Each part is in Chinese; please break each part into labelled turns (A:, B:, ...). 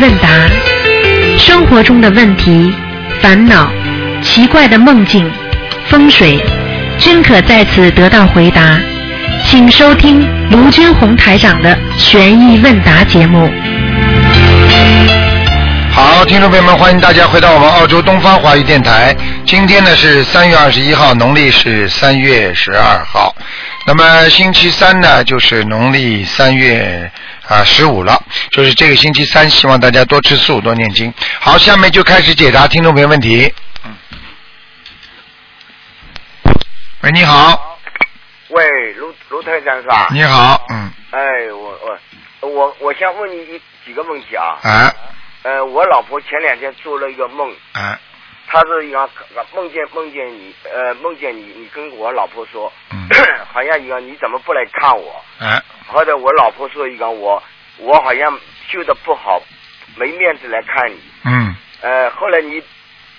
A: 问答，生活中的问题、烦恼、奇怪的梦境、风水，均可在此得到回答。请收听卢军红台长的《悬疑问答》节目。
B: 好，听众朋友们，欢迎大家回到我们澳洲东方华语电台。今天呢是三月二十一号，农历是三月十二号。那么星期三呢，就是农历三月啊十五了，就是这个星期三，希望大家多吃素，多念经。好，下面就开始解答听众朋友问题。喂，你好，
C: 喂，卢卢台长是吧？
B: 你好，嗯，
C: 哎，我我我我想问你一几个问题啊。
B: 哎
C: 呃，我老婆前两天做了一个梦，
B: 哎，
C: 她是一个梦见梦见你，呃，梦见你，你跟我老婆说，
B: 嗯，
C: 好像一个你怎么不来看我？
B: 哎，
C: 或者我老婆说一个我我好像修的不好，没面子来看你。
B: 嗯
C: 呃，后来你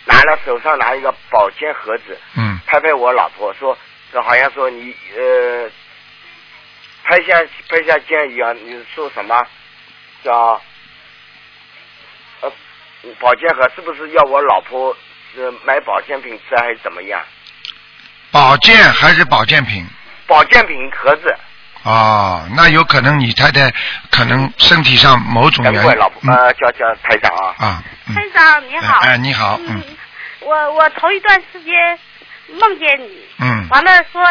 C: 拿了手上拿一个保鲜盒子，
B: 嗯
C: 拍拍我老婆说，说好像说你呃，拍下拍下肩一样，你说什么叫呃保健盒是不是要我老婆呃买保健品吃还是怎么样？
B: 保健还是保健品？
C: 保健品盒子
B: 哦，那有可能你太太可能身体上某种
C: 等
B: 原
C: 会老婆、
B: 因
C: 呃叫叫台长啊，
B: 啊，嗯
D: 台长你好。
B: 哎，你好，嗯，
D: 我我头一段时间梦见你，
B: 嗯
D: 完了说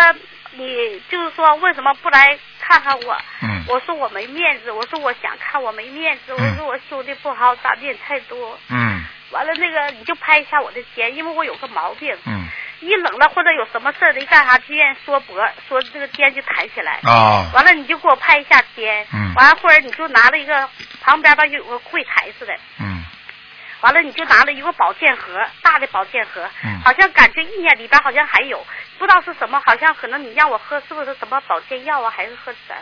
D: 你就是说为什么不来看看我？
B: 嗯
D: 我说我没面子，我说我想看我没面子，
B: 嗯
D: 我说我修的不好，打的也太多。
B: 嗯
D: 完了那个你就拍一下我的肩，因为我有个毛病，
B: 嗯，
D: 一冷了或者有什么事儿了，一干啥去医院缩脖，说这个肩就抬起来。
B: 哦，
D: 完了你就给我拍一下肩，
B: 嗯
D: 完了或者你就拿了一个旁边吧有个柜台似的，
B: 嗯
D: 完了你就拿了一个保健盒，大的保健盒，
B: 嗯
D: 好像感觉意念里边好像还有，不知道是什么，好像可能你让我喝是不是什么保健药啊，还是喝啥？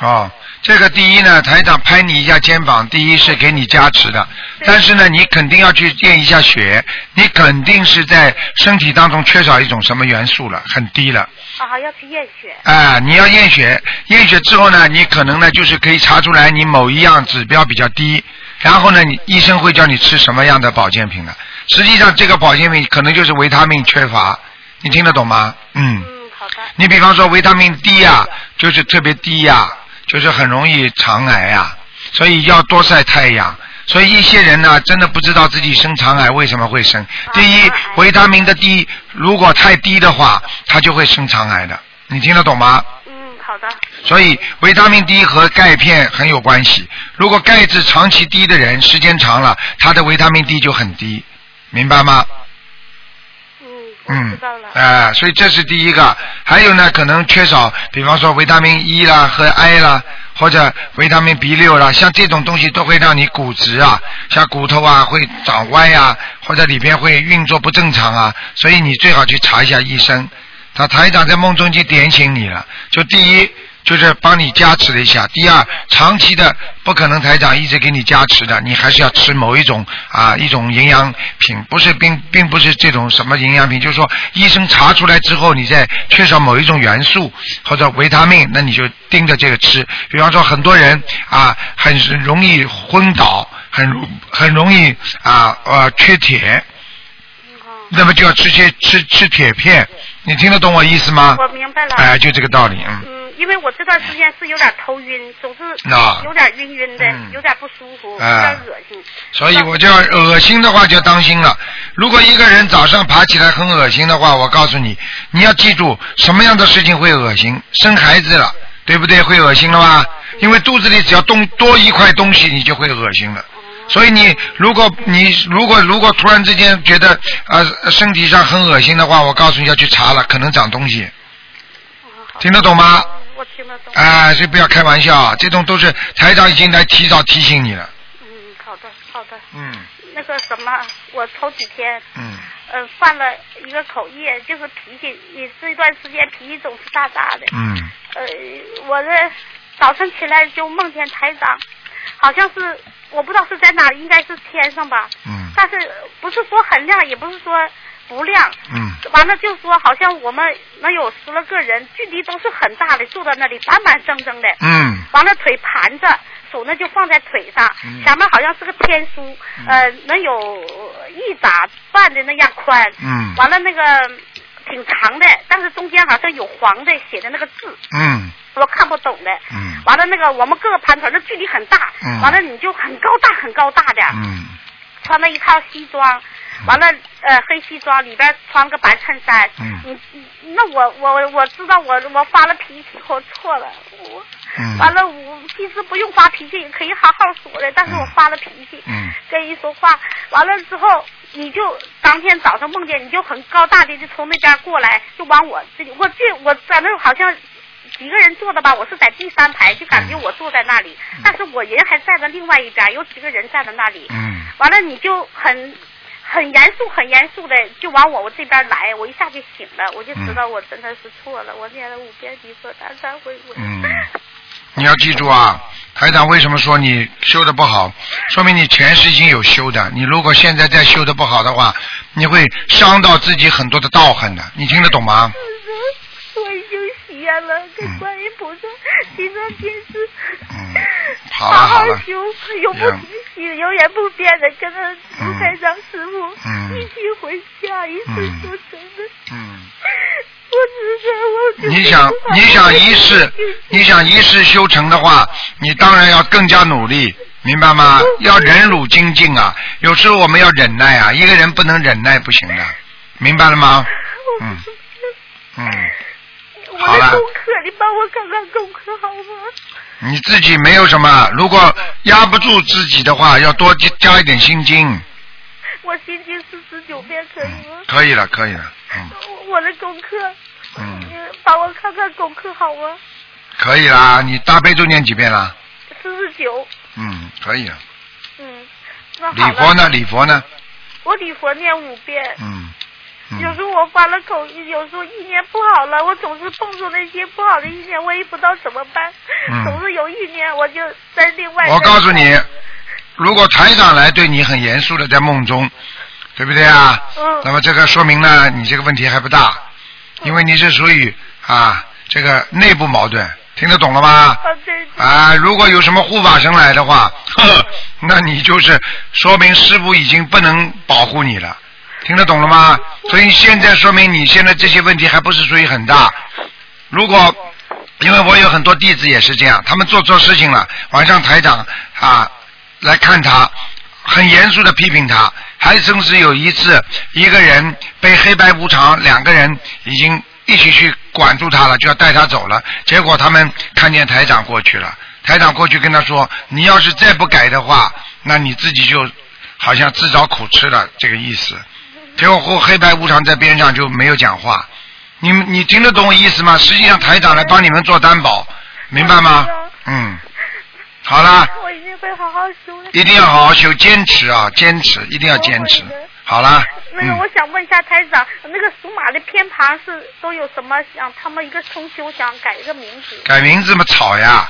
B: 哦，这个第一呢，台长拍你一下肩膀，第一是给你加持的，
D: 对
B: 但是呢，你肯定要去验一下血，你肯定是在身体当中缺少一种什么元素了，很低了。
D: 啊，要去验血。
B: 啊，你要验血，验血之后呢，你可能呢就是可以查出来你某一样指标比较低，然后呢，你医生会叫你吃什么样的保健品的。实际上，这个保健品可能就是维他命缺乏，你听得懂吗？嗯，
D: 嗯，好的。
B: 你比方说维他命 D 呀、就是特别低呀、就是很容易肠癌呀、所以要多晒太阳。所以一些人呢，真的不知道自己生肠癌为什么会生。第一
D: 肠癌，
B: 维他命的 D 如果太低的话，它就会生肠癌的。你听得懂吗？
D: 嗯，好的。
B: 所以维他命 D 和钙片很有关系。如果钙质长期低的人，时间长了，他的维他命 D 就很低，明白吗？
D: 嗯，我知
B: 嗯，
D: 道了。
B: 哎、所以这是第一个。还有呢，可能缺少，比方说维他命 E 啦和 I 啦，或者维他命 B 六啦，像这种东西都会让你骨质啊，像骨头啊会长歪啊，或者里边会运作不正常啊，所以你最好去查一下医生。他台长在梦中就点醒你了，就第一就是帮你加持了一下，第二长期的不可能台长一直给你加持的，你还是要吃某一种啊一种营养品，不是并并不是这种什么营养品，就是说医生查出来之后，你再缺少某一种元素或者维他命，那你就盯着这个吃。比方说很多人啊很容易昏倒，很容很容易啊呃缺铁，
D: 嗯哦
B: 那么就要吃些吃吃铁片，你听得懂我意思吗？
D: 我明白了。
B: 哎，就这个道理，嗯，
D: 嗯，因为我这段时间是有点头晕，总是
B: 啊
D: 有点晕晕的，
B: 嗯
D: 有点不舒服，有
B: 啊
D: 点恶心。
B: 所以我就要恶心的话就要当心了。如果一个人早上爬起来很恶心的话，我告诉你，你要记住什么样的事情会恶心，生孩子了，对不对？会恶心了吧？因为肚子里只要动多一块东西，你就会恶心了。所以你如果你如果如果突然之间觉得呃身体上很恶心的话，我告诉你要去查了，可能长东西，
D: 嗯好
B: 听得懂吗？
D: 我听得懂。
B: 啊，所以不要开玩笑啊，这种都是台长已经来提早提醒你了。
D: 嗯，好的，好的。
B: 嗯
D: 那个什么，我头几天
B: 嗯，
D: 呃，犯了一个口业，就是脾气，你这段时间脾气总是大大的。
B: 嗯，
D: 呃，我这早晨起来就梦见台长，好像是我不知道是在哪儿，应该是天上吧。
B: 嗯
D: 但是呃不是说很亮，也不是说不亮。
B: 嗯。
D: 完了就说好像我们能有十来个人，距离都是很大的，坐在那里板板正正的。
B: 嗯
D: 完了腿盘着，手呢就放在腿上，
B: 嗯
D: 前面好像是个天书，呃，能有一拃半的那样宽，
B: 嗯
D: 完了那个挺长的，但是中间好像有黄的写的那个字，
B: 嗯
D: 我看不懂的。
B: 嗯
D: 完了那个我们各个盘腿儿，那距离很大，
B: 嗯
D: 完了你就很高大很高大的，
B: 嗯
D: 穿了一套西装，完了呃黑西装里边穿个白衬衫。
B: 嗯
D: 你你那我我我知道我我发了脾气，我错了，我
B: 嗯，
D: 完了我其实不用发脾气也可以好好说的，但是我发了脾气，
B: 嗯
D: 跟人说话，完了之后你就当天早上梦见你就很高大的就从那边过来，就往我这里，我这我反正好像。几个人坐的吧，我是在第三排，就感觉
B: 嗯
D: 我坐在那里，但是我人还站在另外一边，有几个人站在那里。
B: 嗯
D: 完了你就很很严肃、很严肃的就往我我这边来，我一下就醒了，我就
B: 嗯
D: 知道我真的是错了，我念了五遍礼佛大忏悔文。
B: 嗯，你要记住啊，台长为什么说你修的不好，说明你前世已经有修的。你如果现在再修的不好的话，你会伤到自己很多的道行的。你听得懂吗？
D: 我已经许愿了，
B: 嗯
D: 跟观音菩萨、金刚天师，
B: 嗯好
D: 好
B: 了好了
D: 修，永不
B: 嗯
D: 停息，永远不变的，跟着卢
B: 嗯
D: 台长师傅
B: 嗯
D: 一起回家，一次
B: 嗯
D: 修成的。
B: 嗯。
D: 我只是我只是
B: 你想
D: 不好
B: 你想一世你想一世修成的话，你当然要更加努力，明白吗？要忍辱精进啊！有时候我们要忍耐啊，一个人不能忍耐不行的，明白了吗？
D: 我
B: 嗯嗯，
D: 我
B: 好了
D: 的功课，你帮我看看功课好吗？
B: 你自己没有什么，如果压不住自己的话，要多加加一点心经。
D: 我心经四十九遍可以吗？
B: 可以了，可以了，嗯
D: 我我的功课，
B: 嗯，
D: 你帮我看看功课好吗？
B: 可以啦。你大悲咒念几遍啦？
D: 四十九，
B: 嗯，可以了。
D: 嗯，那
B: 礼
D: 好
B: 佛
D: 了，
B: 呢？礼佛呢？
D: 我礼佛念五遍。
B: 嗯
D: 有
B: 嗯
D: 时候我发了口，有时候意念不好了，我总是蹦出那些不好的意念，我也不知道怎么办，
B: 嗯
D: 总是有意念，我就在另外。
B: 我告诉你，嗯如果台长来对你很严肃的在梦中，对不对啊？
D: 嗯
B: 那么这个说明呢，你这个问题还不大，因为你是属于啊这个内部矛盾，听得懂了吗？
D: 啊，对对，嗯
B: 啊，如果有什么护法神来的话，呵呵那你就是说明师傅已经不能保护你了，听得懂了吗？
D: 嗯
B: 所以现在说明你现在这些问题还不是属于很大。如果因为我有很多弟子也是这样，他们做错事情了，晚上台长啊来看他，很严肃的批评他，还甚至有一次一个人被黑白无常两个人已经一起去管住他了，就要带他走了，结果他们看见台长过去了，台长过去跟他说：“你要是再不改的话，那你自己就好像自找苦吃了。”这个意思。结果后黑白无常在边上就没有讲话。你们你听得懂我意思吗？实际上台长来帮你们做担保，明白吗
D: 我知道？
B: 嗯，好啦，
D: 我一定会好好修的。
B: 一定要好好修，坚持啊，坚持，一定要坚持
D: 我会的。
B: 好啦，
D: 那个，
B: 嗯
D: 我，想问一下台长，那个属马的偏旁是都有什么想他们一个重修，想改一个名字？
B: 改名字嘛，草呀，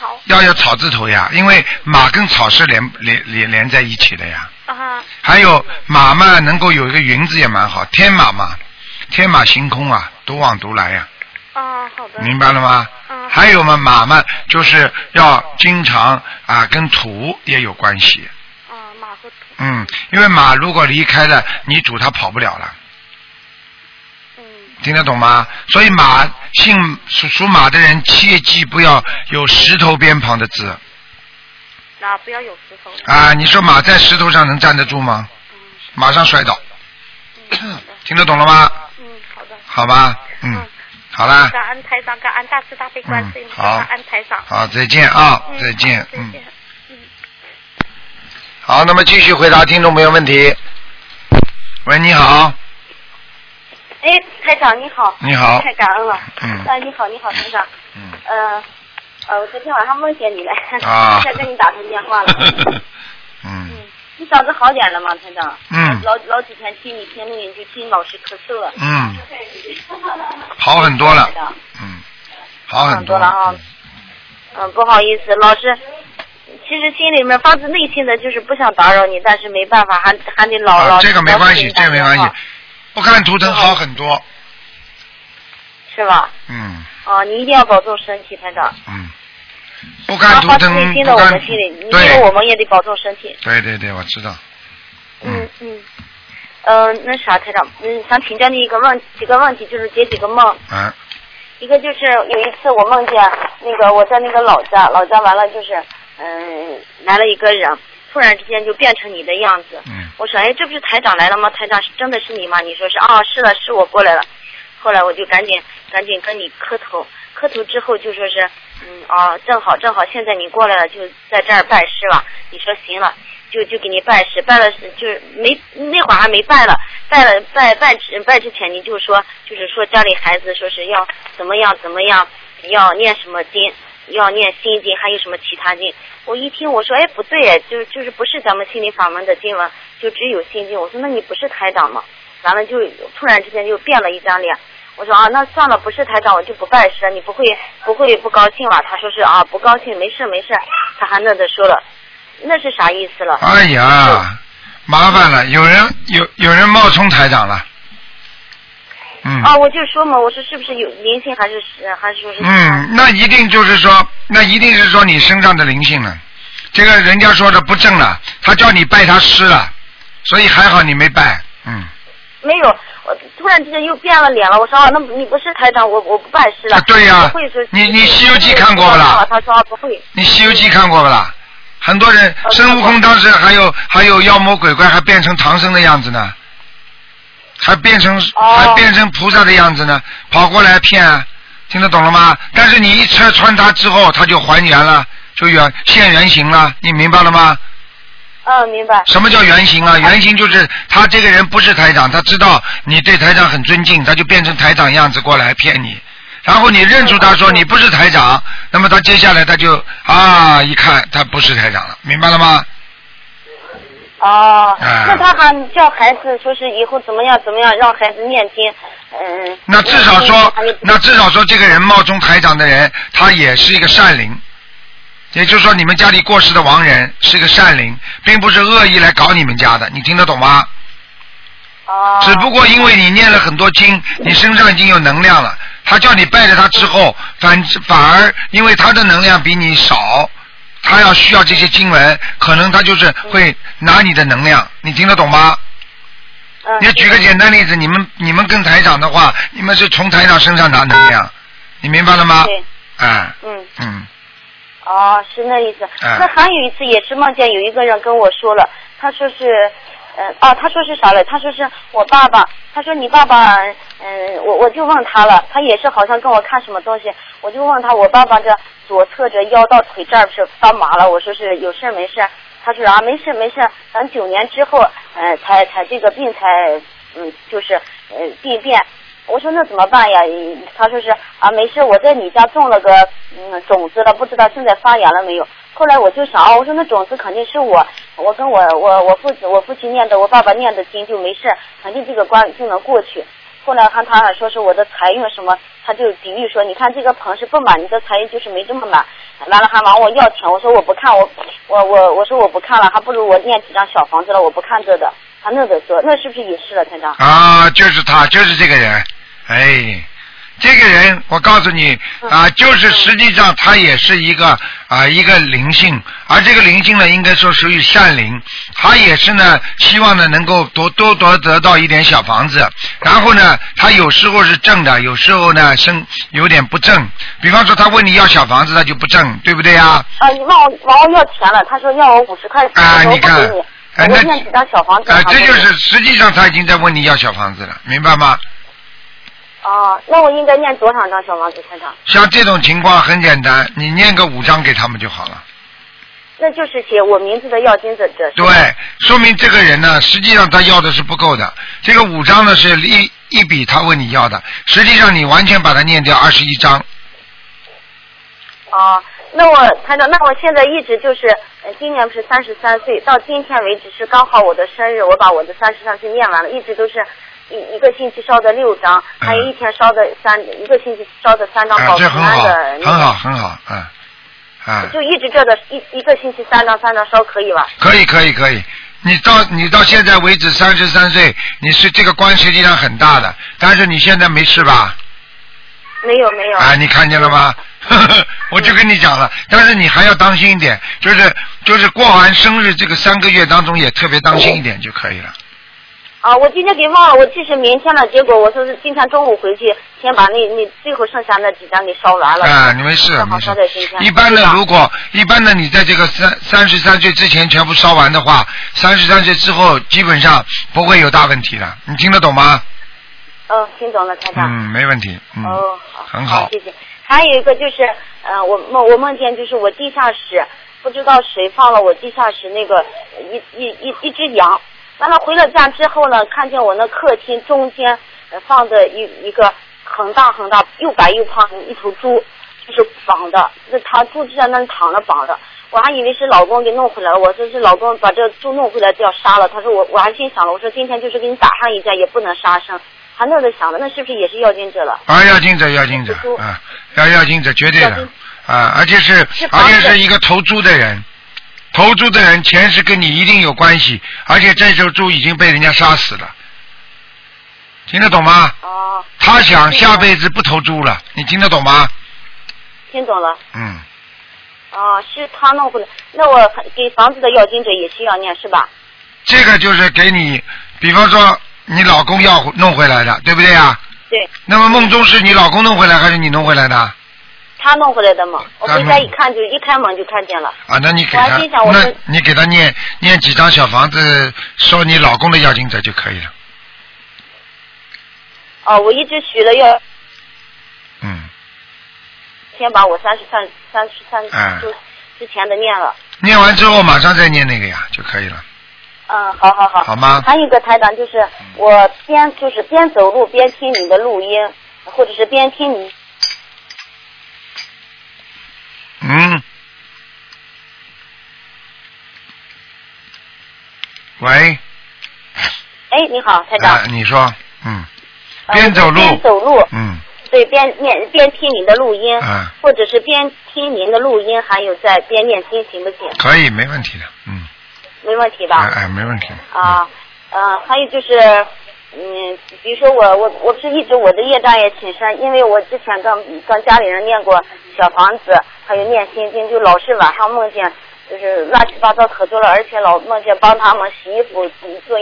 D: 好
B: 要有草字头呀，因为马跟草是连连连连在一起的呀。
D: 啊，
B: 还有马嘛，能够有一个云字也蛮好，天马嘛，天马行空啊，独往独来呀、
D: 啊，好的，
B: 明白了吗？
D: 嗯
B: 还有嘛，马嘛，就是要经常啊，跟土也有关系。
D: 啊，马和土，
B: 嗯，因为马如果离开了你主，它跑不了了，
D: 嗯，
B: 听得懂吗？所以马姓属属马的人，切记不要有石头边旁的字
D: 啊，不要有石头了，
B: 啊！你说马在石头上能站得住吗？
D: 嗯
B: 马上摔倒，
D: 嗯，好的，
B: 听得懂了吗？
D: 嗯，好的，
B: 好吧，嗯
D: 嗯，
B: 好啦。
D: 感恩台长，感恩大慈大悲观世音菩
B: 嗯好
D: 萨，感恩台长，
B: 好，再见啊，
D: 嗯
B: 再见，
D: 再
B: 嗯，
D: 见。
B: 好，那么继续回答听众朋友问题。喂，你好，
E: 哎，台长你好，
B: 你好，
E: 太感恩了。
B: 嗯
E: 啊，你好，你好，台长。
B: 嗯，
E: 呃，呃，我昨天晚上梦见你了，
B: 啊
E: 再跟你打通电 话了。
B: 嗯
E: 嗯，你嗓子好点了吗，台长？
B: 嗯
E: 老老几天听你听录音就听老是咳嗽了。
B: 嗯，好很多了
E: 台，长
B: 嗯，好很
E: 多了啊嗯，不好意思，老师，其实心里面发自内心的就是不想打扰你，但是没办法，还还得老
B: 啊
E: 老
B: 这个没关系，
E: 老
B: 这
E: 是
B: 个没
E: 给你打
B: 关
E: 电话
B: 系，不看图腾好很多，
E: 是吧？
B: 嗯
E: 哦啊，你一定要保重身体，台长。
B: 嗯，不
E: 麻
B: 看图
E: 花
B: 腾
E: 自己听，
B: 不
E: 了我
B: 看
E: 们心里，因为我
B: 对
E: 们也得保重身体。
B: 对对对，我知道。
E: 嗯嗯，呃，那啥，台长，嗯，想请教你一个问几个问题，就是解几个梦。
B: 啊
E: 一个就是有一次我梦见那个我在那个老家，老家完了就是嗯、来了一个人，突然之间就变成你的样子。
B: 嗯
E: 我说哎，这不是台长来了吗？台长是真的是你吗？你说是啊，是的，是我过来了。后来我就赶紧赶紧跟你磕头，磕头之后就说是嗯啊，正好正好现在你过来了，就在这儿拜师了。你说行了。就就给你拜师，拜了就是没那会儿还没拜了，拜了拜拜之拜之前你就说就是说家里孩子说是要怎么样怎么样，要念什么经，要念心经，还有什么其他经。我一听我说哎不对，就就是不是咱们心灵法门的经文，就只有心经。我说那你不是台长吗？完了就突然之间就变了一张脸。我说啊，那算了，不是台长，我就不拜师了。你不会不会不高兴吧？他说是啊，不高兴，没事没事。他还那的说了，那是啥意思了？
B: 哎呀，麻烦了，有人有有人冒充台长了。嗯。
E: 啊，我就说嘛，我说是不是有灵性，还是是还是说是？
B: 嗯，那一定就是说，那一定是说你身上的灵性了。这个人家说的不正了，他叫你拜他师了，所以还好你没拜。嗯，
E: 没有，我突然之间又变了脸了。我说啊，那你不是台长，我我不拜师了。
B: 啊对呀
E: 我不会说。
B: 你你西游记看过不啦
E: 他说啊，不会。
B: 你《西游记》看过不啦？很多人
E: 呃
B: 孙悟空
E: 看过
B: 当时还有还有妖魔鬼怪，还变成唐僧的样子呢，还变成、
E: 哦
B: 还变成菩萨的样子呢，跑过来骗啊，听得懂了吗？但是你一拆穿他之后，他就还原了，就原现原形了，你明白了吗？
E: 嗯，明白。嗯
B: 什么叫原型啊？原型就是他这个人不是台长，他知道你对台长很尊敬，他就变成台长样子过来骗你。然后你认出他说你不是台长，那么他接下来他就啊一看他不是台长了，明白了吗？
E: 哦，
B: 哎
E: 那他还叫孩子说是以后怎么样怎么样，让孩子念经，嗯。
B: 那至少
E: 念
B: 说
E: 经还有，
B: 那至少说这个人冒充台长的人，他也是一个善灵，也就是说你们家里过世的亡人是一个善灵，并不是恶意来搞你们家的，你听得懂吗？
E: 哦。
B: 只不过因为你念了很多经，你身上已经有能量了。他叫你拜着他之后，反反而因为他的能量比你少，他要需要这些经文，可能他就是会拿你的能量。你听得懂吗？
E: 嗯。
B: 你举个简单例子，你们你们跟台长的话，你们是从台长身上拿能量，你明白了吗？
E: 嗯对，
B: 哎，
E: 嗯。
B: 嗯，
E: 哦，是那意思。
B: 哎
E: 那还有一次也是梦见有一个人跟我说了，他说是，呃，哦，他说是啥嘞？他说是我爸爸，他说你爸爸，嗯、我我就问他了，他也是好像跟我看什么东西，我就问他我爸爸这左侧这腰到腿这儿不是发麻了，我说是有事儿没事儿，他说啊没事没事儿，咱九年之后，呃，才才这个病才，嗯，就是呃病变。我说那怎么办呀？嗯他说是啊，没事，我在你家种了个嗯种子了，不知道现在发芽了没有。后来我就想啊，我说那种子肯定是我，我跟我我我父子我父亲念的，我爸爸念的经就没事，肯定这个关就能过去。后来看他还说是我的财运什么，他就比喻说，你看这个盆是不满，你的财运就是没这么满。完了还往我要钱，我说我不看，我我我我说我不看了，还不如我念几张小房子了，我不看这的。他那个说，那是不是也是了，台长？
B: 啊，就是他，就是这个人，哎，这个人，我告诉你
E: 嗯
B: 啊，就是实际上他也是一个啊一个灵性，而这个灵性呢，应该说属于善灵，他也是呢，希望呢能够多多多得到一点小房子，然后呢，他有时候是正的，有时候呢生有点不正，比方说他问你要小房子，他就不正，对不对啊？
E: 啊，你问我往我要钱了，他说要我五十块钱，
B: 啊，
E: 我说
B: 你
E: 不
B: 看
E: 给你，，
B: 哎，
E: 我
B: 那
E: 就念几张小房子。
B: 啊，这就
E: 好
B: 是
E: 吗
B: 实际上他已经在问你要小房子了，明白吗？
E: 啊，那我应该念多少张小房子才长？
B: 像这种情况很简单，你念个五章给他们就好了。
E: 那就是写我名字的要金子这是。
B: 对，说明这个人呢，实际上他要的是不够的。这个五章呢是一一笔他问你要的，实际上你完全把它念掉二十一章。
E: 啊，那我团长，那我现在一直就是，呃今年不是三十三岁，到今天为止是刚好我的生日，我把我的三十三岁念完了，一直都是一一个星期烧的六张，
B: 嗯
E: 还有一天烧的三，一个星期烧的三张
B: 啊
E: 保，平
B: 这很好
E: 安哦的，
B: 很
E: 那
B: 好，
E: 个，
B: 很好，嗯，啊，
E: 就一直这个一一个星期三张三张烧可以吧？
B: 可以，可以，可以。你到你到现在为止三十三岁，你是这个关实际上很大的，但是你现在没事吧？
E: 没有没有。
B: 啊，你看见了吗？ 我就跟你讲了，但是你还要当心一点，就是就是过完生日这个三个月当中也特别当心一点就可以了。
E: 啊，我今天给忘了，我记是明天了。结果我说是今天中午回去，先把那那最后剩下那几张给烧完了。
B: 啊，你没事
E: 正，好
B: 没事
E: 烧在今。天。
B: 一般的
E: 对，吧
B: 如果一般的，你在这个三三十三岁之前全部烧完的话，三十三岁之后基本上不会有大问题的。你听得懂吗？
E: 嗯，听懂了，台长。
B: 嗯，没问题。嗯，
E: 哦，
B: 很
E: 好，
B: 好
E: 谢。谢。还有一个就是，呃，我梦我梦见就是我地下室不知道谁放了我地下室那个一一一一只羊，完了回了家之后呢，看见我那客厅中间呃放的一一个很大很大又白又胖的一头猪，就是绑的，那它猪就在那躺着绑着。我还以为是老公给弄回来了，我说是老公把这猪弄回来就要杀了。他说我我还心想了，我说今天就是给你打上一架也不能杀生，还那着想了，那是不是也是要经者了？
B: 啊，要精者，要精者
E: 是猪，
B: 啊，要要精者，绝对
E: 要
B: 的
E: 精，
B: 啊，而且是
E: 是
B: 而
E: 房
B: 且
E: 子
B: 是一个投猪的人，投猪的人前世跟你一定有关系，而且这头猪已经被人家杀死了，听得懂吗？
E: 哦，
B: 他想
E: 对
B: 下
E: 的
B: 辈子不投猪了，你听得懂吗？
E: 听懂了。
B: 嗯，
E: 啊，是他弄回来。那我给房子的要经者也需要念是吧？
B: 这个就是给你，比方说你老公要弄回来的，对不对啊？
E: 对，
B: 那么梦中是你老公弄回来还是你弄回来的？啊
E: 他弄回来的嘛。我
B: 他
E: 回家
B: 弄
E: 一看就一开门就看见了。
B: 啊，那你给
E: 我
B: 他
E: 还心想，我
B: 那
E: 们
B: 你给他念念几张小房子，说你老公的要经者就可以了。
E: 哦、我一直许了要
B: 嗯，
E: 先把我三十三三十三
B: 哎
E: 就之前的念了。
B: 念完之后马上再念那个呀就可以了，
E: 嗯，好好好。
B: 好吗？嗯
E: 还有一个台长就是我边就是边走路边听你的录音，或者是边听你
B: 嗯。喂，
E: 哎，你好，台长
B: 啊，。你说，嗯，
E: 呃
B: 边走路，
E: 边走路，
B: 嗯，
E: 对，边念边听你的录音，
B: 啊，
E: 或者是边听您的录音，还有在边念经，行不行？
B: 可以，没问题的，嗯，
E: 没问题吧？
B: 哎哎，没问题的，
E: 啊，呃，还有就是，嗯，比如说我我我不是一直我的业障也挺深，因为我之前跟跟家里人念过小房子，还有念心经，就老是晚上梦见就是乱七八糟可多了，而且老梦见帮他们洗衣服、嗯做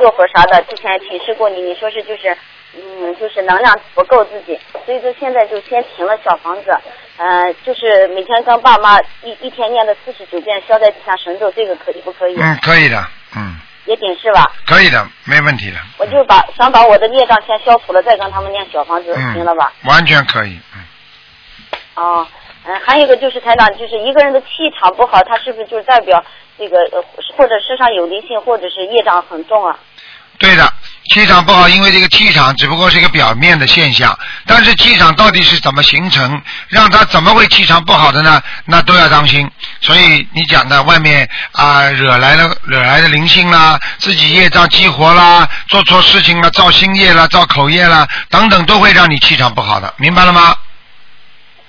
E: 做活啥的。之前请示过你，你说是就是。嗯，就是能量不够自己，所以就现在就先停了小房子，呃，就是每天跟爸妈一一天念的四十九遍消灾吉祥神咒，这个可以不可以？啊
B: 嗯，可以的，嗯，
E: 也顶是吧？
B: 可以的，没问题的，
E: 我就把想把我的业障先消除了，再跟他们念小房子，行
B: 嗯
E: 了吧？，
B: 完全可以，嗯。
E: 哦，嗯，还有一个就是台长，就是一个人的气场不好，他是不是就是代表这个，呃或者身上有灵性，或者是业障很重啊？
B: 对的，气场不好，因为这个气场只不过是一个表面的现象，但是气场到底是怎么形成，让它怎么会气场不好的呢？那都要当心。所以你讲的外面啊、惹来了惹来的灵性啦，自己业障激活啦，做错事情了，造新业啦，造口业啦，等等，都会让你气场不好的，明白了吗？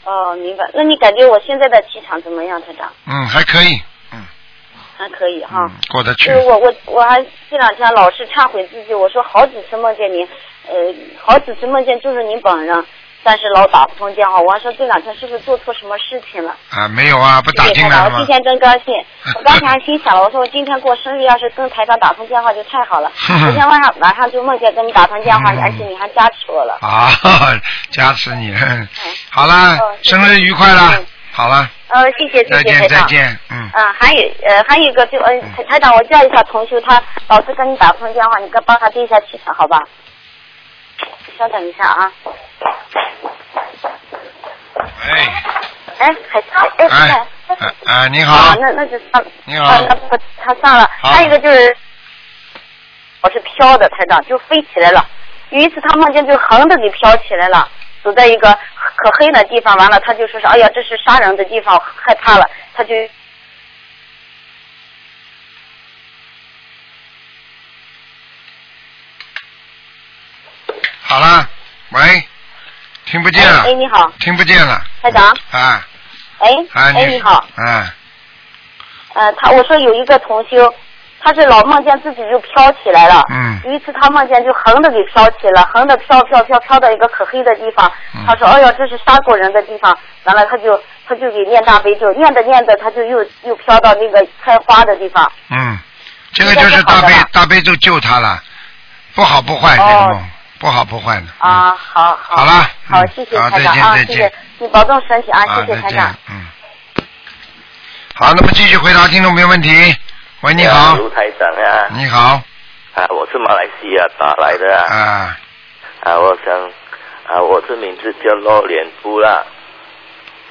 E: 哦，明白。那你感觉我现在的气场怎么样，台长？
B: 嗯，还可以，嗯，
E: 还可以哈。
B: 嗯过得去
E: 就是。我我我还这两天老是忏悔自己，我说好几次梦见您，呃，好几次梦见就是您本人，但是老打不通电话。我还说这两天是不是做错什么事情了？
B: 啊，没有啊，不打
E: 谢谢
B: 进
E: 台
B: 来
E: 长，
B: 了
E: 我今
B: 吗？
E: 天真高 兴，我刚才还心想了，我说我今天过生日，要是跟台长打通电话就太好 了。昨天晚上晚上就梦见跟你打通电话，
B: 嗯
E: 而且你还加持我了。
B: 啊， 加持你，好啦
E: 嗯，谢谢
B: 生日愉快啦
E: 嗯，
B: 好啦。
E: 呃，谢谢谢
B: 再
E: 谢台
B: 见再
E: 长。
B: 见，嗯，
E: 嗯，还有呃，还有一个就呃，台台长，我叫一下同修，他老是跟你打通电话，你跟帮他对一下气场，好吧？稍等一下啊。
B: 哎，
E: 哎，还哎
B: 哎
E: 哎，，
B: 哎，哎，你
E: 啊
B: 好，，
E: 那那就算了。
B: 你好
E: 啊那不，他算了。
B: 好
E: 还有一个就是，我是飘的，台长就飞起来了。有一次他梦见就横着给飘起来了，走在一个可黑的地方，完了他就说是哎呀这是杀人的地方，害怕了，他就
B: 好啦，喂，听不见了
E: 哎，，你好，
B: 听不见了，
E: 台长，
B: 啊，
E: 哎
B: 啊，
E: 哎你好，
B: 啊，
E: 呃他我说有一个同修，他是老梦见自己就飘起来了。
B: 嗯
E: 有一次他梦见就横的给飘起了，横的飘飘飘飘到一个可黑的地方
B: 嗯，
E: 他说：“哎呀，这是杀过人的地方。”完了他就他就给念大悲咒，念着念着他就又又飘到那个开花的地方。
B: 嗯，这个就是大悲大悲咒救他了，不好不坏这个
E: 哦
B: 梦，不好不坏的。
E: 啊，好好。
B: 嗯好了
E: 好，
B: 嗯
E: 谢谢
B: 好
E: 台
B: 再见
E: 长啊，
B: 再
E: 谢
B: 见
E: 谢你保重身体啊，
B: 啊，
E: 谢谢
B: 再
E: 台
B: 见
E: 长。，
B: 嗯。好，那么继续回答听众朋友问题。喂，你好，
F: 卢台长啊，
B: 你好，
F: 啊，我是马来西亚打来的啊，
B: 啊，
F: 啊，我想，啊，我这名字叫洛脸夫啦，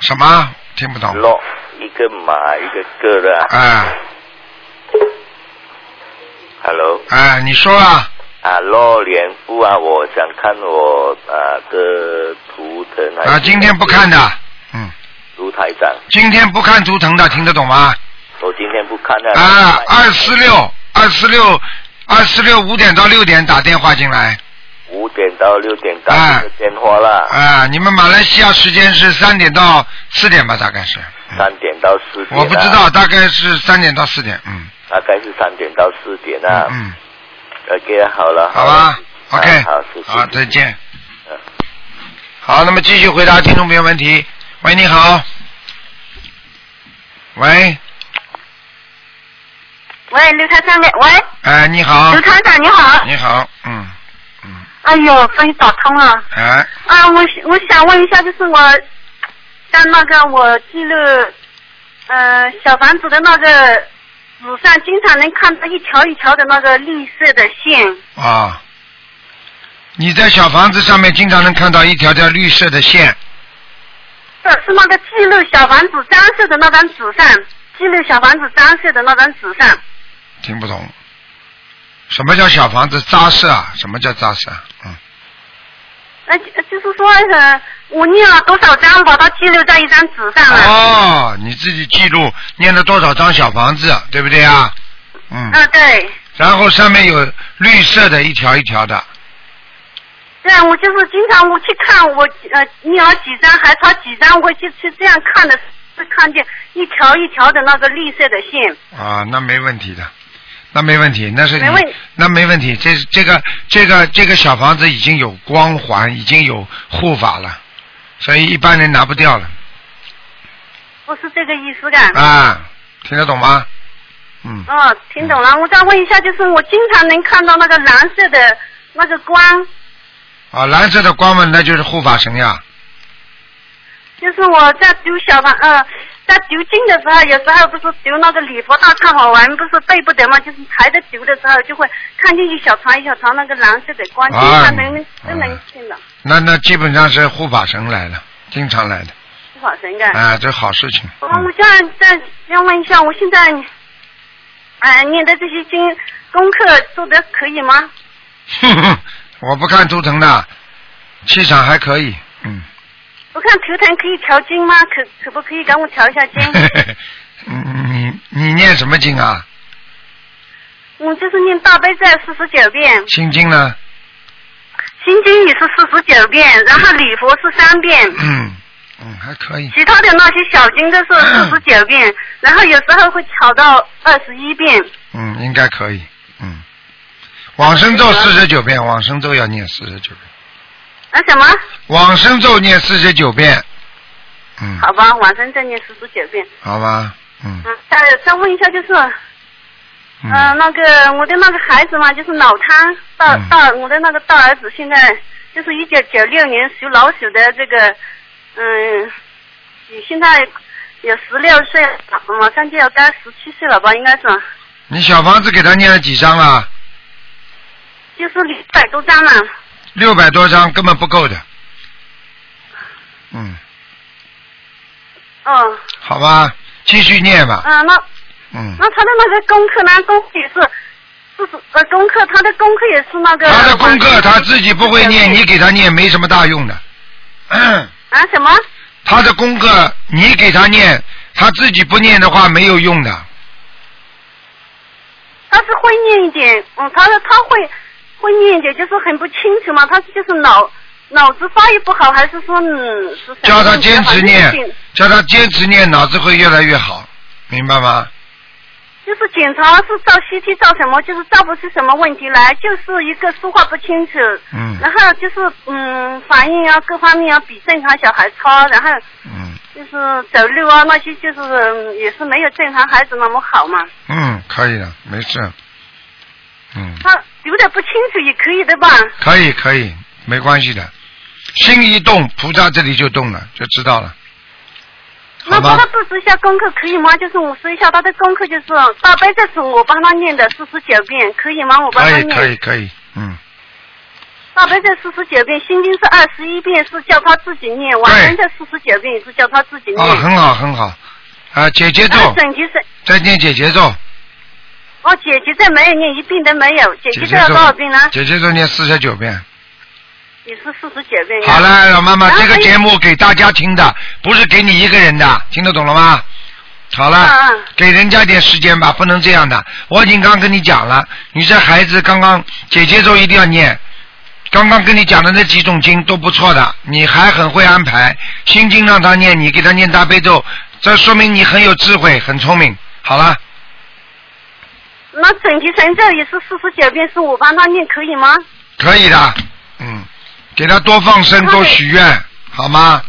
B: 什么？听不懂。
F: 洛一个马一个个的啊
B: 啊，
F: ，Hello，
B: 啊，你说啊，
F: 啊，洛脸夫啊，我想看我啊的图腾还是
B: 啊，今天不看的，嗯，
F: 卢台长，
B: 今天不看图腾的，听得懂吗？
F: 我今天不看了
B: 啊，二四六，二四六，二四六五点到六点打电话进来。
F: 五点到六点打
B: 啊
F: 这个电话啦，
B: 啊，你们马来西亚时间是三点到四点吧，大概是。嗯
F: 三点到四点啊，
B: 我不知道，大概是三点到四点，嗯。
F: 大概是三点到四点啊
B: 嗯，嗯，
F: ，OK，好了，
B: 好
F: 了
B: 吧，OK，
F: 啊好，谢谢，
B: 好，再见
F: 嗯。
B: 好，那么继续回答听众朋友问题。喂，你好。喂，
G: 喂，刘台长，喂，
B: 哎，你好
G: 刘，台长你好。
B: 你好，嗯，嗯，
G: 哎呦，终于打通了。
B: 哎，
G: 啊，我我想问一下，就是我在那个我记录，呃，小房子的那个纸上，经常能看到一条一条的那个绿色的线。
B: 啊，你在小房子上面经常能看到一条条绿色的线，
G: 是呃是那个记录小房子张设的那张纸上，记录小房子张设的那张纸上，
B: 听不懂。什么叫小房子扎实啊？什么叫扎实啊？嗯，
G: 呃，就是说，呃，我念了多少张，把它记录在一张纸上了。
B: 哦，你自己记录念了多少张小房子，对不对啊？嗯，
G: 嗯，对，
B: 然后上面有绿色的一条一条的，
G: 对，啊我就是经常我去看，我呃念了几张，还差几张，我就去这样看的，是看见一条一条的那个绿色的线。
B: 啊，那没问题的，那没问题，那是你
G: 没问
B: 那没问题，这这个这个这个小房子已经有光环，已经有护法了，所以一般人拿不掉了
G: 不是这个意思干。
B: 啊，听得懂吗？嗯，
G: 哦，听懂了。我再问一下，就是我经常能看到那个蓝色的那个光，
B: 啊，蓝色的光嘛，那就是护法神呀，
G: 就是我在读小房呃，在读经的时候，有时候不是读那个礼佛大忏悔文，不是背不得嘛，就是抬着读的时候，就会看见一小团一小团那个蓝色的光，经
B: 啊
G: 常能都能
B: 嗯
G: 见到，
B: 那那基本上是护法神来了，经常来的，
G: 不好神干。
B: 啊，这好事情。
G: 啊，我
B: 嗯
G: 现在再要问一下，我现在，哎、念的这些经功课做的可以吗？
B: 哼哼，我不看图腾的，气场还可以，嗯。
G: 我看图腾可以调经吗？可可不可以赶我调一下经？
B: 你嗯你你念什么经啊？
G: 我嗯就是念大悲咒四十九遍，
B: 心经呢？
G: 心经也是四十九遍，然后礼佛是三遍，
B: 嗯嗯，还可以。嗯
G: 其他的那些小经都是四十九遍，然后有时候会调到二十一遍。
B: 嗯，应该可以。嗯，往生咒四十九遍，往生咒要念四十九遍，
G: 啊什么？
B: 往生咒念四十九遍。嗯，
G: 好吧，晚上再念四十九遍。
B: 好吧，嗯
G: 嗯，再再问一下就是。嗯、
B: 嗯
G: 那个我的那个孩子嘛，就是脑瘫，大
B: 嗯
G: 大我的那个大儿子现在就是一九九六年属老鼠的这个，嗯，你现在有十六岁，马上就要该十七岁了吧，应该是，
B: 你小房子给他念了几张啊了？
G: 就是一百多张了。
B: 六百多张根本不够的。嗯，
G: 哦，
B: 好吧，继续念吧。
G: 嗯、那
B: 嗯，
G: 那他的那个功课呢？功课也是，就是呃，功课他的功课也是那个。
B: 他的功课他自己不会念，你给他念没什么大用的。
G: 啊什么？
B: 他的功课你给他念，他自己不念的话没有用的。
G: 他是会念一点，嗯，他说他会会念一点，就是很不清楚嘛，他就是脑脑子发育不好，还是说嗯是什么
B: 叫他
G: 问题
B: 坚持念
G: 反正就是，
B: 叫他坚持念，脑子会越来越好，明白吗？
G: 就是检查是照 CT 照什么，就是照不出什么问题来，就是一个说话不清楚，
B: 嗯
G: 然后就是嗯反应啊各方面啊比正常小孩差，然后
B: 嗯
G: 就是走路啊那些就是、嗯也是没有正常孩子那么好嘛。
B: 嗯，可以的，没事。嗯，
G: 他有点不清楚也可以的吧？
B: 可以可以，没关系的。心一动，菩萨这里就动了，就知道了。
G: 那
B: 好
G: 帮
B: 吧
G: 他，布置一下功课可以吗？就是我说一下他的功课，就是大悲咒是我帮他念的四十九遍，可以吗？我帮他
B: 可以
G: 念。
B: 可以可以，嗯，
G: 大悲咒四十九遍，心经是二十一遍，是叫他自己念；往生咒四十九遍也是叫他自己念。
B: 啊，很好很好，啊，姐姐
G: 然后
B: 咒，
G: 整体是，
B: 再念姐姐咒，
G: 哦，姐姐这没有念，一遍都没有。姐
B: 姐
G: 姐
B: 姐
G: 这要
B: 咒
G: 多少遍呢？，
B: 姐姐咒念四十九遍。
G: 也是四十九遍。
B: 好了，老妈妈，
G: 然后
B: 这个
G: 还有
B: 节目给大家听的，不是给你一个人的，听得懂了吗？好了，
G: 嗯嗯
B: 给人家点时间吧，不能这样的。我已经刚跟你讲了，你这孩子刚刚姐姐咒一定要念，刚刚跟你讲的那几种经都不错的，你还很会安排。心经让他念，你给他念大悲咒，这说明你很有智慧，很聪明。好了，
G: 那整体神咒也是四十九遍，是我帮他念，可以吗？
B: 可以的，嗯，给他多放生，
G: 他
B: 多
G: 给
B: 许愿，好吗？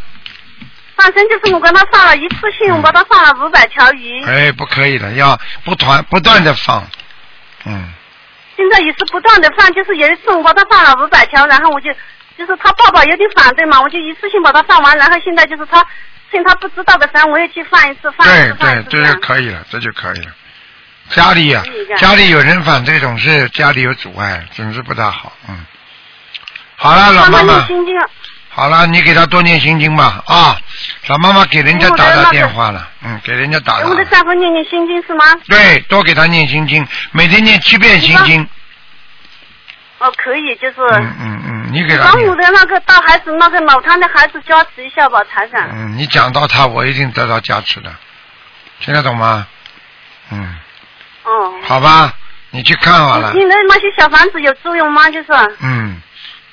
G: 反正就是我跟他放了一次性，我帮他放了五百条鱼。
B: 哎，不可以的，要不团不断的放，嗯，
G: 现在也是不断的放，就是有一次我把它放了五百条，然后我就就是他爸爸有点反对嘛，我就一次性把它放完，然后现在就是他趁他不知道的时候，我又去放一次，放一
B: 对
G: 次，
B: 对
G: 放一，次。
B: 这就可以了，这就可以了。家里呀、
G: 可以的
B: 家里有人反对总是家里有阻碍，总是不大好，嗯。好了，老妈
G: 妈念
B: 妈，
G: 心经，
B: 好了，你给他多念心经吧啊！老妈妈给人家
G: 哎我的
B: 打
G: 那
B: 打
G: 个
B: 电话了，嗯，给人家打了
G: 给哎我。的丈夫念念心经是吗？
B: 对，多给他念心经，每天念七遍心经。
G: 哦，可以，就是。
B: 嗯嗯嗯，你给他
G: 帮
B: 念
G: 我。的那个大孩子，那个脑瘫的孩子加持一下吧，财长。
B: 嗯，你讲到他，我一定得到加持的，听得懂吗？嗯。
G: 哦、
B: 好吧，你去看好了
G: 你。的那些小房子有作用吗？就是。
B: 嗯，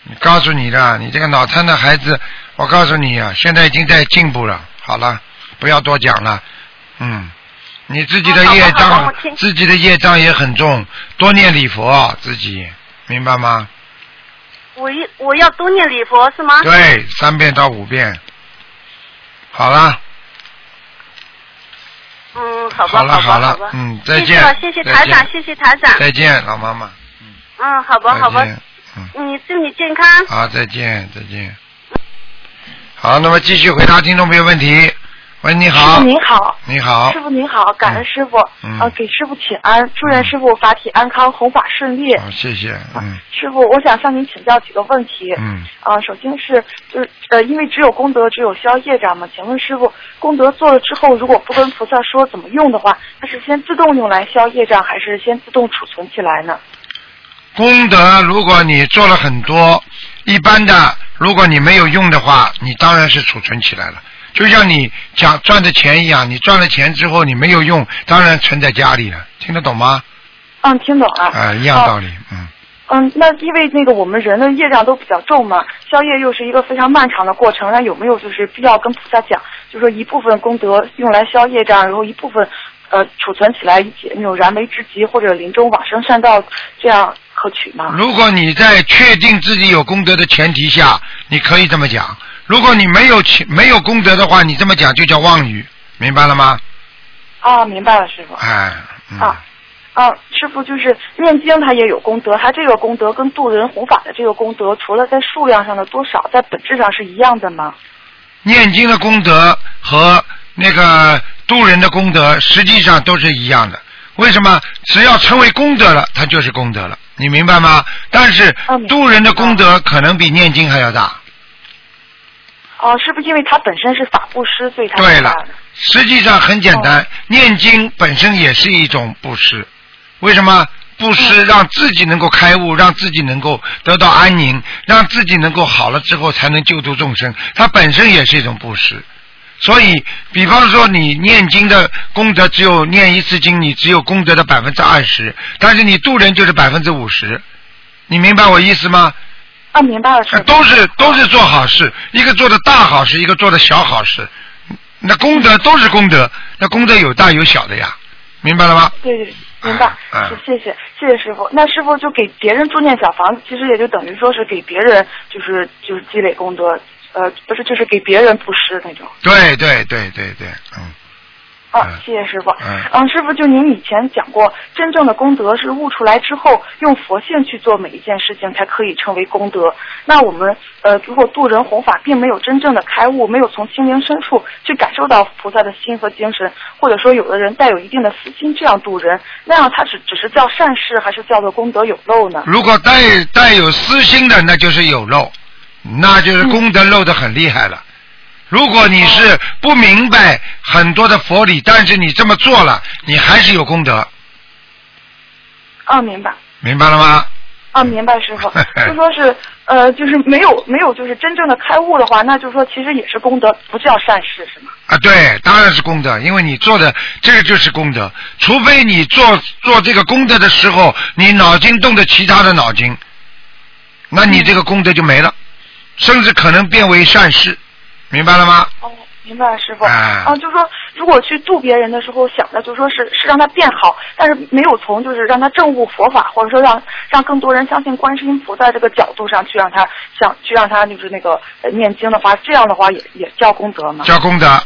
B: 你告诉你的，你这个脑瘫的孩子，我告诉你啊，现在已经在进步了。好了，不要多讲了。嗯，你自己的
G: 好好
B: 业
G: 哦好好
B: 障
G: 我听，
B: 自己的业障也很重，多念礼佛，自己明白吗？
G: 我一我要多念礼佛是吗？
B: 对，三遍到五遍。好了，
G: 嗯，好吧，
B: 好了
G: 吧，
B: 好了
G: 吧。
B: 嗯再
G: 谢
B: 见
G: 谢了，谢谢
B: 再
G: 台长，
B: 见
G: 谢谢台长。
B: 再见，老妈妈。
G: 嗯，好吧，啊好吧
B: 再。见。嗯。
G: 你祝你健康。
B: 好，再见，再见。好，那么继续回答听众朋友问题。喂，你好，
H: 您好，
B: 你好
H: 师，傅您好，感恩师傅，
B: 嗯
H: 呃，给师傅请安，祝愿师傅法体安康，弘法顺利。
B: 好，谢谢，嗯
H: 师傅，我想向您请教几个问题。
B: 嗯，
H: 啊，首先是就是呃，因为只有功德，只有消业障嘛。请问师傅，功德做了之后，如果不跟菩萨说怎么用的话，它是先自动用来消业障，还是先自动储存起来呢？
B: 功德，如果你做了很多，一般的，如果你没有用的话，你当然是储存起来了。就像你讲赚的钱一样，你赚了钱之后你没有用，当然存在家里了，听得懂吗？
H: 嗯，听懂了。
B: 啊、一样道
H: 理。
B: 理，嗯，
H: 嗯，那因为那个我们人的业障都比较重嘛，消业又是一个非常漫长的过程，那有没有就是必要跟菩萨讲，就说一部分功德用来消业障，然后一部分呃储存起来以解那种燃眉之急或者临终往生善道，这样可取吗？
B: 如果你在确定自己有功德的前提下，你可以这么讲；如果你没有钱没有功德的话，你这么讲就叫妄语，明白了吗？
H: 啊，明白了，师傅。
B: 哎，嗯，
H: 啊啊，师傅就是念经，它也有功德，它这个功德跟渡人弘法的这个功德，除了在数量上的多少，在本质上是一样的吗？
B: 念经的功德和那个渡人的功德实际上都是一样的。为什么？只要成为功德了，它就是功德了，你明白吗？但是
H: 啊明白
B: 渡人的功德可能比念经还要大。
H: 哦、是不是因为它本身是法布施，所以它
B: 对
H: 是
B: 了
H: 大的？，
B: 实际上很简单，念经本身也是一种布施。为什么？布施让自己能够开悟，让自己能够得到安宁，让自己能够好了之后才能救度众生，它本身也是一种布施。所以，比方说你念经的功德只有念一次经，你只有功德的百分之二十，但是你渡人就是百分之五十，你明白我意思吗？
H: 啊，明白了，师
B: 呃
H: 傅。
B: 都是都是做好事，一个做的大好事，一
H: 嗯
B: 个做的小好事。那功德都是功德，那功德有大有小的呀，明白了吗？
H: 对，明白。
B: 嗯
H: 是谢谢，谢谢师傅。那师傅就给别人住念小房子，其实也就等于说是给别人，就是就是积累功德，呃，不是，就是给别人布施那种。
B: 对对对对对，嗯
H: 啊
B: 嗯，
H: 谢谢师傅。
B: 嗯
H: 嗯，师傅，就您以前讲过，真正的功德是悟出来之后，用佛性去做每一件事情，才可以称为功德。那我们呃，如果渡人弘法，并没有真正的开悟，没有从心灵深处去感受到菩萨的心和精神，或者说有的人带有一定的私心这样渡人，那样他只只是叫善事，还是叫做功德有漏呢？
B: 如果带带有私心的，那就是有漏，那就是
H: 嗯
B: 功德漏的很厉害了。如果你
H: 哦
B: 是不明白很多的佛理，但是你这么做了，你还是有功德，
H: 啊，明白。
B: 明白了吗？
H: 啊，明白师傅，就说是呃，就是没有没有就是真正的开悟的话，那就说其实也是功德，不叫善事，是吗？
B: 啊，对，当然是功德，因为你做的这个就是功德，除非你做做这个功德的时候，你脑筋动的其他的脑筋，那你这个功德就没了，甚至可能变为善事，明白了吗？
H: 哦，明白了，师傅。
B: 啊
H: 啊，就说如果去度别人的时候，想的就说是是让他变好，但是没有从就是让他证悟佛法，或者说让让更多人相信观世音菩萨这个角度上去让他想去让他就是那个呃念经的话，这样的话也也叫功德吗？
B: 叫功德。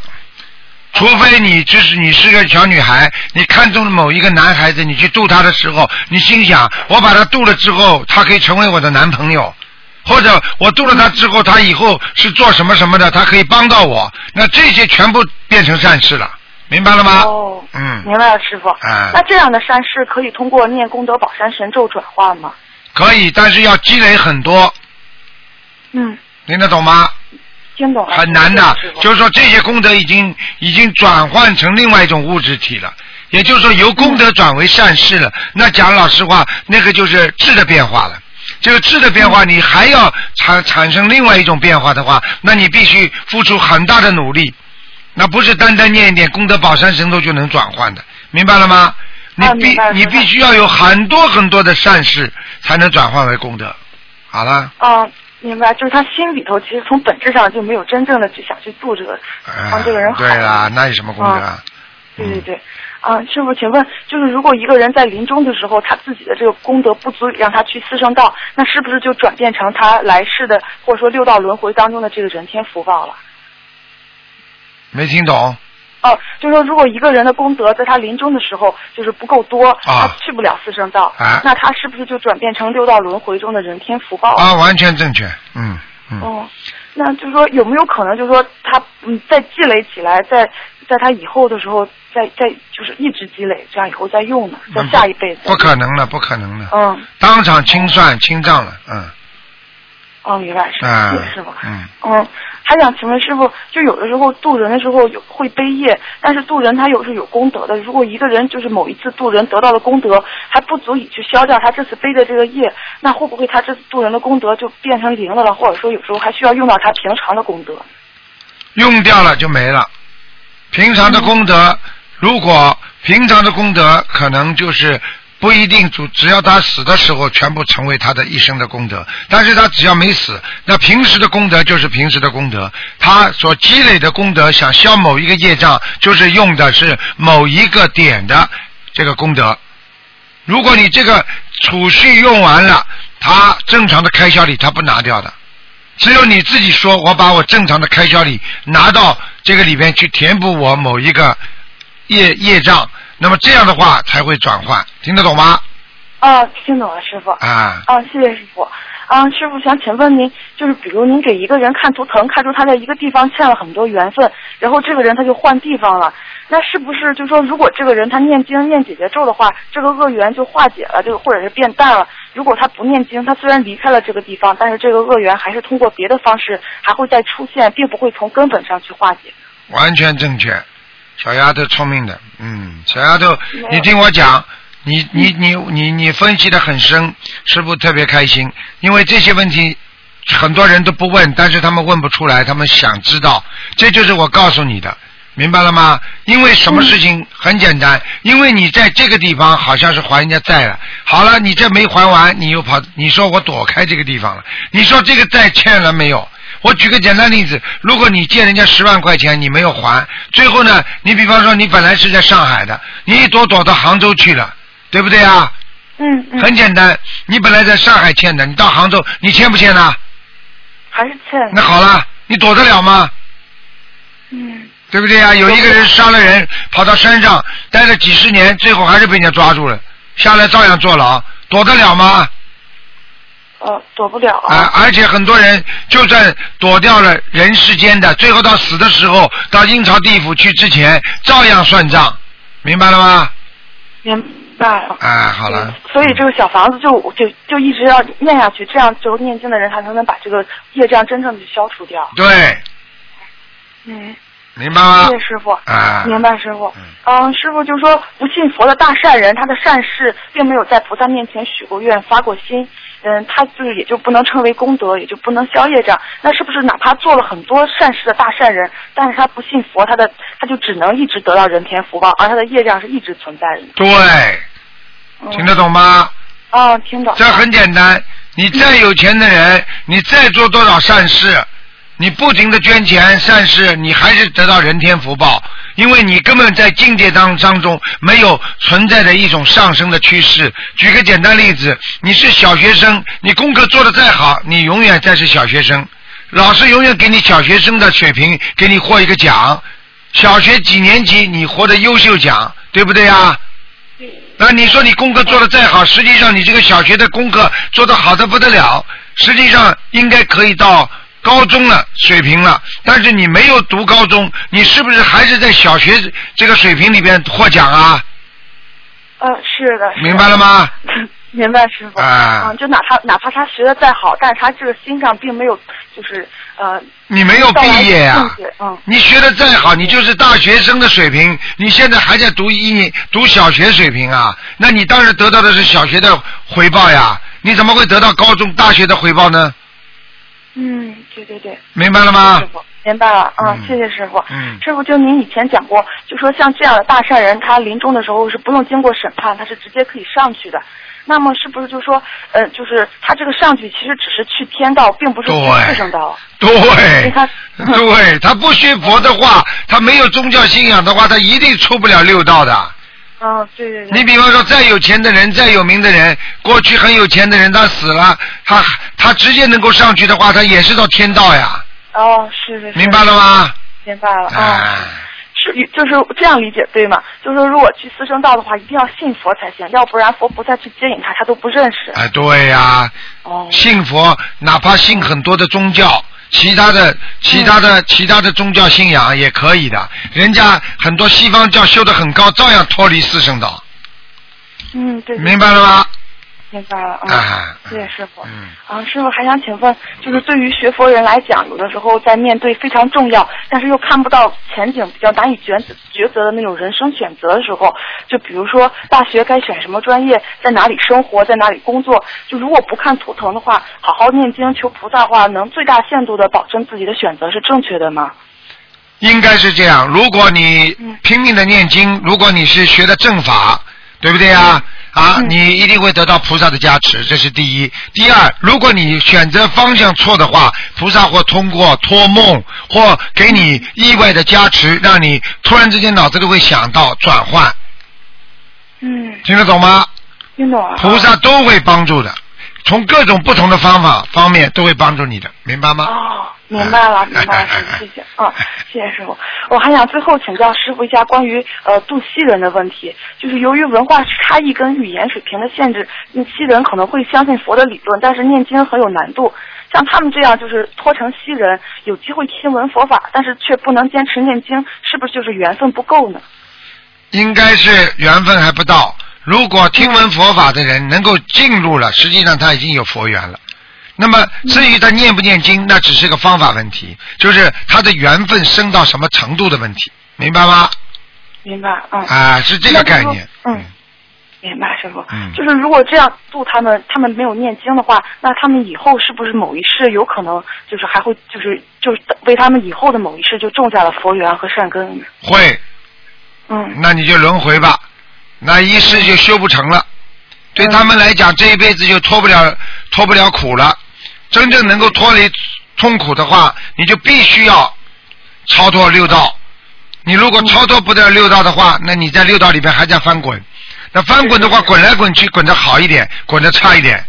B: 除非你就是你是个小女孩，你看中了某一个男孩子，你去度他的时候，你心想我把他度了之后，他可以成为我的男朋友，或者我度了他之后，他以后是做什么什么的，他可以帮到我，那这些全部变成善事了，明白了吗？
H: 哦，
B: 嗯，
H: 明白了，师傅。
B: 哎
H: 那这样的善事可以通过念功德宝山神咒转化吗？
B: 可以，但是要积累很多，
H: 嗯，
B: 听得懂吗？
H: 听懂了。
B: 很难的
H: 谢谢师，傅
B: 就是说这些功德已经已经转换成另外一种物质体了，也就是说由功
H: 嗯
B: 德转为善事了。那讲老实话，那个就是质的变化了。这个质的变
H: 嗯
B: 化，你还要产产生另外一种变化的话，那你必须付出很大的努力，那不是单单念一点功德宝山神咒就能转换的，明白了吗？你
H: 哦
B: 必
H: 明白了
B: 你必须要有很多很多的善事，才能转换为功德。好了，
H: 嗯，明白，就是他心里头其实从本质上就没有真正的去想去度这个，让啊这个人
B: 哎
H: 好。
B: 对啦，那有什么功德啊？
H: 对对对，啊，师傅，请问，就是如果一个人在临终的时候，他自己的这个功德不足以让他去四圣道，那是不是就转变成他来世的或者说六道轮回当中的这个人天福报了？
B: 没听懂。
H: 哦、就是说，如果一个人的功德在他临终的时候就是不够多，他去不了四圣道，
B: 啊
H: 那他是不是就转变成六道轮回中的人天福报了？
B: 啊，完全正确，嗯嗯，
H: 哦，那就是说有没有可能，就是说他嗯再积累起来，在在他以后的时候，再再就是一直积累，这样以后再用呢，在下一辈子。
B: 嗯不可能了，不可能了，
H: 嗯，
B: 当场清算清账了，嗯
H: 哦，明白，是
B: 啊
H: 是师傅。，
B: 嗯，
H: 嗯，还想请问师傅，就有的时候渡人的时候有会背业，但是渡人他有是有功德的。如果一个人就是某一次渡人得到的功德还不足以去消掉他这次背的这个业，那会不会他这次渡人的功德就变成零了了？或者说有时候还需要用到他平常的功德？
B: 用掉了就没了。平常的功德，如果平常的功德可能就是不一定主，只要他死的时候全部成为他的一生的功德，但是他只要没死，那平时的功德就是平时的功德，他所积累的功德想消某一个业障，就是用的是某一个点的这个功德。如果你这个储蓄用完了，他正常的开销里他不拿掉的，只有你自己说，我把我正常的开销里拿到这个里边去填补我某一个业业障，那么这样的话才会转换，听得懂吗？
H: 啊，听懂了，师傅。
B: 啊，
H: 啊，谢谢师傅。啊，师傅想请问您，就是比如您给一个人看图腾，看出他在一个地方欠了很多缘分，然后这个人他就换地方了，那是不是就说如果这个人他念经念解结咒的话，这个恶缘就化解了，就或者是变淡了？如果他不念经，他虽然离开了这个地方，但是这个恶缘还是通过别的方式还会再出现，并不会从根本上去化解。
B: 完全正确，小丫头聪明的，嗯，小丫头
H: 没有，
B: 你听我讲。你你你你你分析的很深，师傅特别开心，因为这些问题很多人都不问，但是他们问不出来，他们想知道，这就是我告诉你的，明白了吗？因为什么事情很简单，因为你在这个地方好像是还人家债了，好了，你这没还完，你又跑，你说我躲开这个地方了，你说这个债欠了没有？我举个简单例子，如果你借人家十万块钱，你没有还，最后呢，你比方说你本来是在上海的，你一躲躲到杭州去了，对不对啊？
H: 嗯嗯，
B: 很简单，你本来在上海欠的，你到杭州，你欠不欠呢？
H: 还是欠。
B: 那好了，你躲得了吗？
H: 嗯。
B: 对不对啊？有一个人杀了人，跑到山上待了几十年，最后还是被人家抓住了，下来照样坐牢，躲得了吗？
H: 呃，躲不了啊。
B: 啊，而且很多人就算躲掉了人世间的，最后到死的时候，到阴曹地府去之前，照样算账，明白了吗？
H: 明白了。
B: 啊，好了，
H: 所以这个小房子就就就一直要念下去，这样之后念经的人才能能把这个业障真正的消除掉。
B: 对，
H: 嗯，
B: 明白吗
H: 谢？谢师傅。
B: 啊，
H: 明白，师傅。嗯，师傅就说，不信佛的大善人，他的善事并没有在菩萨面前许过愿、发过心，嗯，他就是也就不能称为功德，也就不能消业障。那是不是哪怕做了很多善事的大善人，但是他不信佛，他的他就只能一直得到人天福报，而他的业障是一直存在的？
B: 对，
H: 嗯、
B: 听得懂吗？
H: 啊、听懂。
B: 这很简单，你再有钱的人，你再做多少善事，你不停的捐钱善事，你还是得到人天福报，因为你根本在境界当当中没有存在的一种上升的趋势。举个简单例子，你是小学生，你功课做的再好，你永远再是小学生，老师永远给你小学生的水平，给你获一个奖。小学几年级你获得优秀奖，对不对呀、那你说你功课做得再好，实际上你这个小学的功课做得好的不得了，实际上应该可以到高中了水平了。但是你没有读高中，你是不是还是在小学这个水平里边获奖啊？
H: 呃，是的。是的
B: 明白了吗？
H: 明白，师傅。
B: 啊
H: 嗯，就哪怕哪怕他学的再好，但是他这个心上并没有，就是呃。
B: 你没有毕业呀、
H: 到达境界嗯，
B: 你学的再好，你就是大学生的水平，你现在还在读一年读小学水平啊，那你当然得到的是小学的回报呀，你怎么会得到高中、大学的回报呢？
H: 嗯，对对对。
B: 明白了吗
H: 师？傅，明白了啊、
B: 嗯
H: 谢谢师傅。
B: 嗯
H: 师傅，就您以前讲过，就说像这样的大善人，他临终的时候是不用经过审判，他是直接可以上去的。那么是不是就说，呃，就是他这个上去其实只是去天道，并不是去
B: 对
H: 畜生道？
B: 对
H: 你看，
B: 对，他不学佛的话，他没有宗教信仰的话，他一定出不了六道的。
H: 嗯，对对对。
B: 你比方说，再有钱的人，再有名的人，过去很有钱的人，他死了，他他直接能够上去的话，他也是到天道呀，
H: 哦，是是是。
B: 明白了吗？
H: 明白了啊。
B: 啊，
H: 是，就是这样理解对吗？就是说，如果去四圣道的话，一定要信佛才行，要不然佛菩萨去接引他，他都不认识。
B: 哎，对呀，
H: 哦，
B: 信佛，哪怕信很多的宗教，其他的、其他
H: 嗯
B: 的、其他的宗教信仰也可以的。人家很多西方教修得很高，照样脱离四圣道，
H: 嗯，对，
B: 明白了吗？
H: 明白了啊。
B: 啊，
H: 谢谢师傅。
B: 嗯。
H: 啊，师傅还想请问，就是对于学佛人来讲，有的时候在面对非常重要，但是又看不到前景、比较难以抉择抉择的那种人生选择的时候，就比如说大学该选什么专业，在哪里生活，在哪里工作，就如果不看图腾的话，好好念经求菩萨的话，能最大限度的保证自己的选择是正确的吗？
B: 应该是这样。如果你
H: 嗯
B: 拼命的念经，如果你是学的正法，对不对啊？
H: 嗯
B: 啊，你一定会得到菩萨的加持，这是第一。第二，如果你选择方向错的话，菩萨会通过托梦或给
H: 嗯
B: 你意外的加持，让你突然之间脑子里会想到转换，
H: 嗯，
B: 听得懂吗？
H: 听懂了。
B: 菩萨都会帮助的，从各种不同的方法方面都会帮助你的，明白吗？
H: 哦，明 白了，明白了，师傅，谢谢啊，谢谢师傅。我还想最后请教师傅一下关于呃渡西人的问题，就是由于文化差异跟语言水平的限制，嗯西人可能会相信佛的理论，但是念经很有难度。像他们这样就是脱成西人，有机会听闻佛法，但是却不能坚持念经，是不是就是缘分不够呢？
B: 应该是缘分还不到。如果听闻佛法的人能够进入了，实际上他已经有佛缘了。那么至于他念不念经，那只是个方法问题，就是他的缘分升到什么程度的问题，明白吗？
H: 明白，嗯。
B: 啊，是这个概念。
H: 那就是说嗯明白，师傅。
B: 嗯
H: 就是如果这样度他们，他们没有念经的话，那他们以后是不是某一世有可能就是还会就是就是为他们以后的某一世就种下了佛缘和善根呢？
B: 会，
H: 嗯，
B: 那你就轮回吧，那一世就修不成了。对
H: 嗯
B: 他们来讲，这一辈子就脱不了脱不了苦了。真正能够脱离痛苦的话，你就必须要超脱六道。你如
H: 嗯
B: 果超脱不了六道的话，那你在六道里边还在翻滚。那翻滚的话，滚来滚去，滚得好一点，滚得差一点，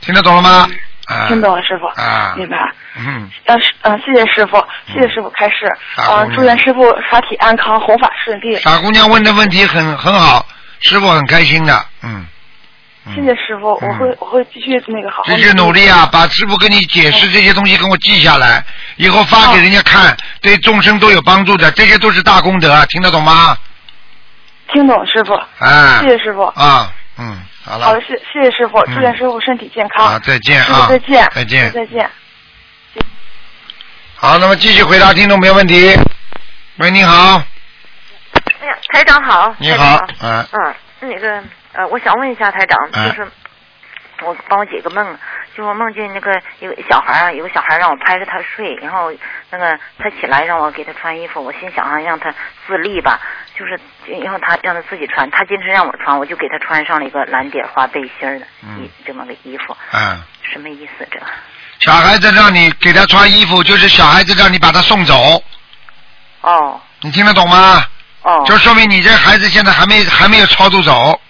B: 听得懂了吗？啊，
H: 嗯听懂了，师傅。
B: 啊，
H: 明白了。
B: 嗯，
H: 但是，嗯，谢谢师傅，谢谢师傅开示。
B: 啊
H: 嗯，
B: 我
H: 祝愿师傅法体安康，弘法顺利。
B: 傻姑娘问的问题很很好，师傅很开心的，嗯。嗯
H: 谢谢师傅，我会我会继续那个好好
B: 继续努力啊，把师傅跟你解释这些东西跟我记下来，以后发给人家看，对众生都有帮助的，这些都是大功德，啊听得懂吗？
H: 听懂师傅，
B: 啊，
H: 谢谢师傅。
B: 啊，嗯，好
H: 好的，
B: 了，
H: 谢谢谢师傅，
B: 嗯
H: 祝愿师傅身体健康。
B: 啊，再见
H: 师
B: 啊
H: 傅，再见，
B: 再见
H: 再见。
B: 好，那么继续回答听众朋友问题。喂，你好，
I: 哎呀，台长好，
B: 你
I: 台长
B: 好
I: 好，
B: 啊，
I: 嗯，那个呃，我想问一下台长，
B: 哎
I: 就是我帮我解个梦，就我梦见那个有个小孩儿，有个小孩儿让我拍着他睡，然后那个他起来让我给他穿衣服，我心想啊，让他自立吧，就是然后他让他自己穿，他坚持让我穿，我就给他穿上了一个蓝底儿花背心儿的
B: 嗯
I: 衣、这么个衣服，
B: 嗯，
I: 什么意思这个？
B: 小孩子让你给他穿衣服，就是小孩子让你把他送走，
I: 哦
B: 你听得懂吗？
I: 哦
B: 就说明你这孩子现在还没还没有超度走，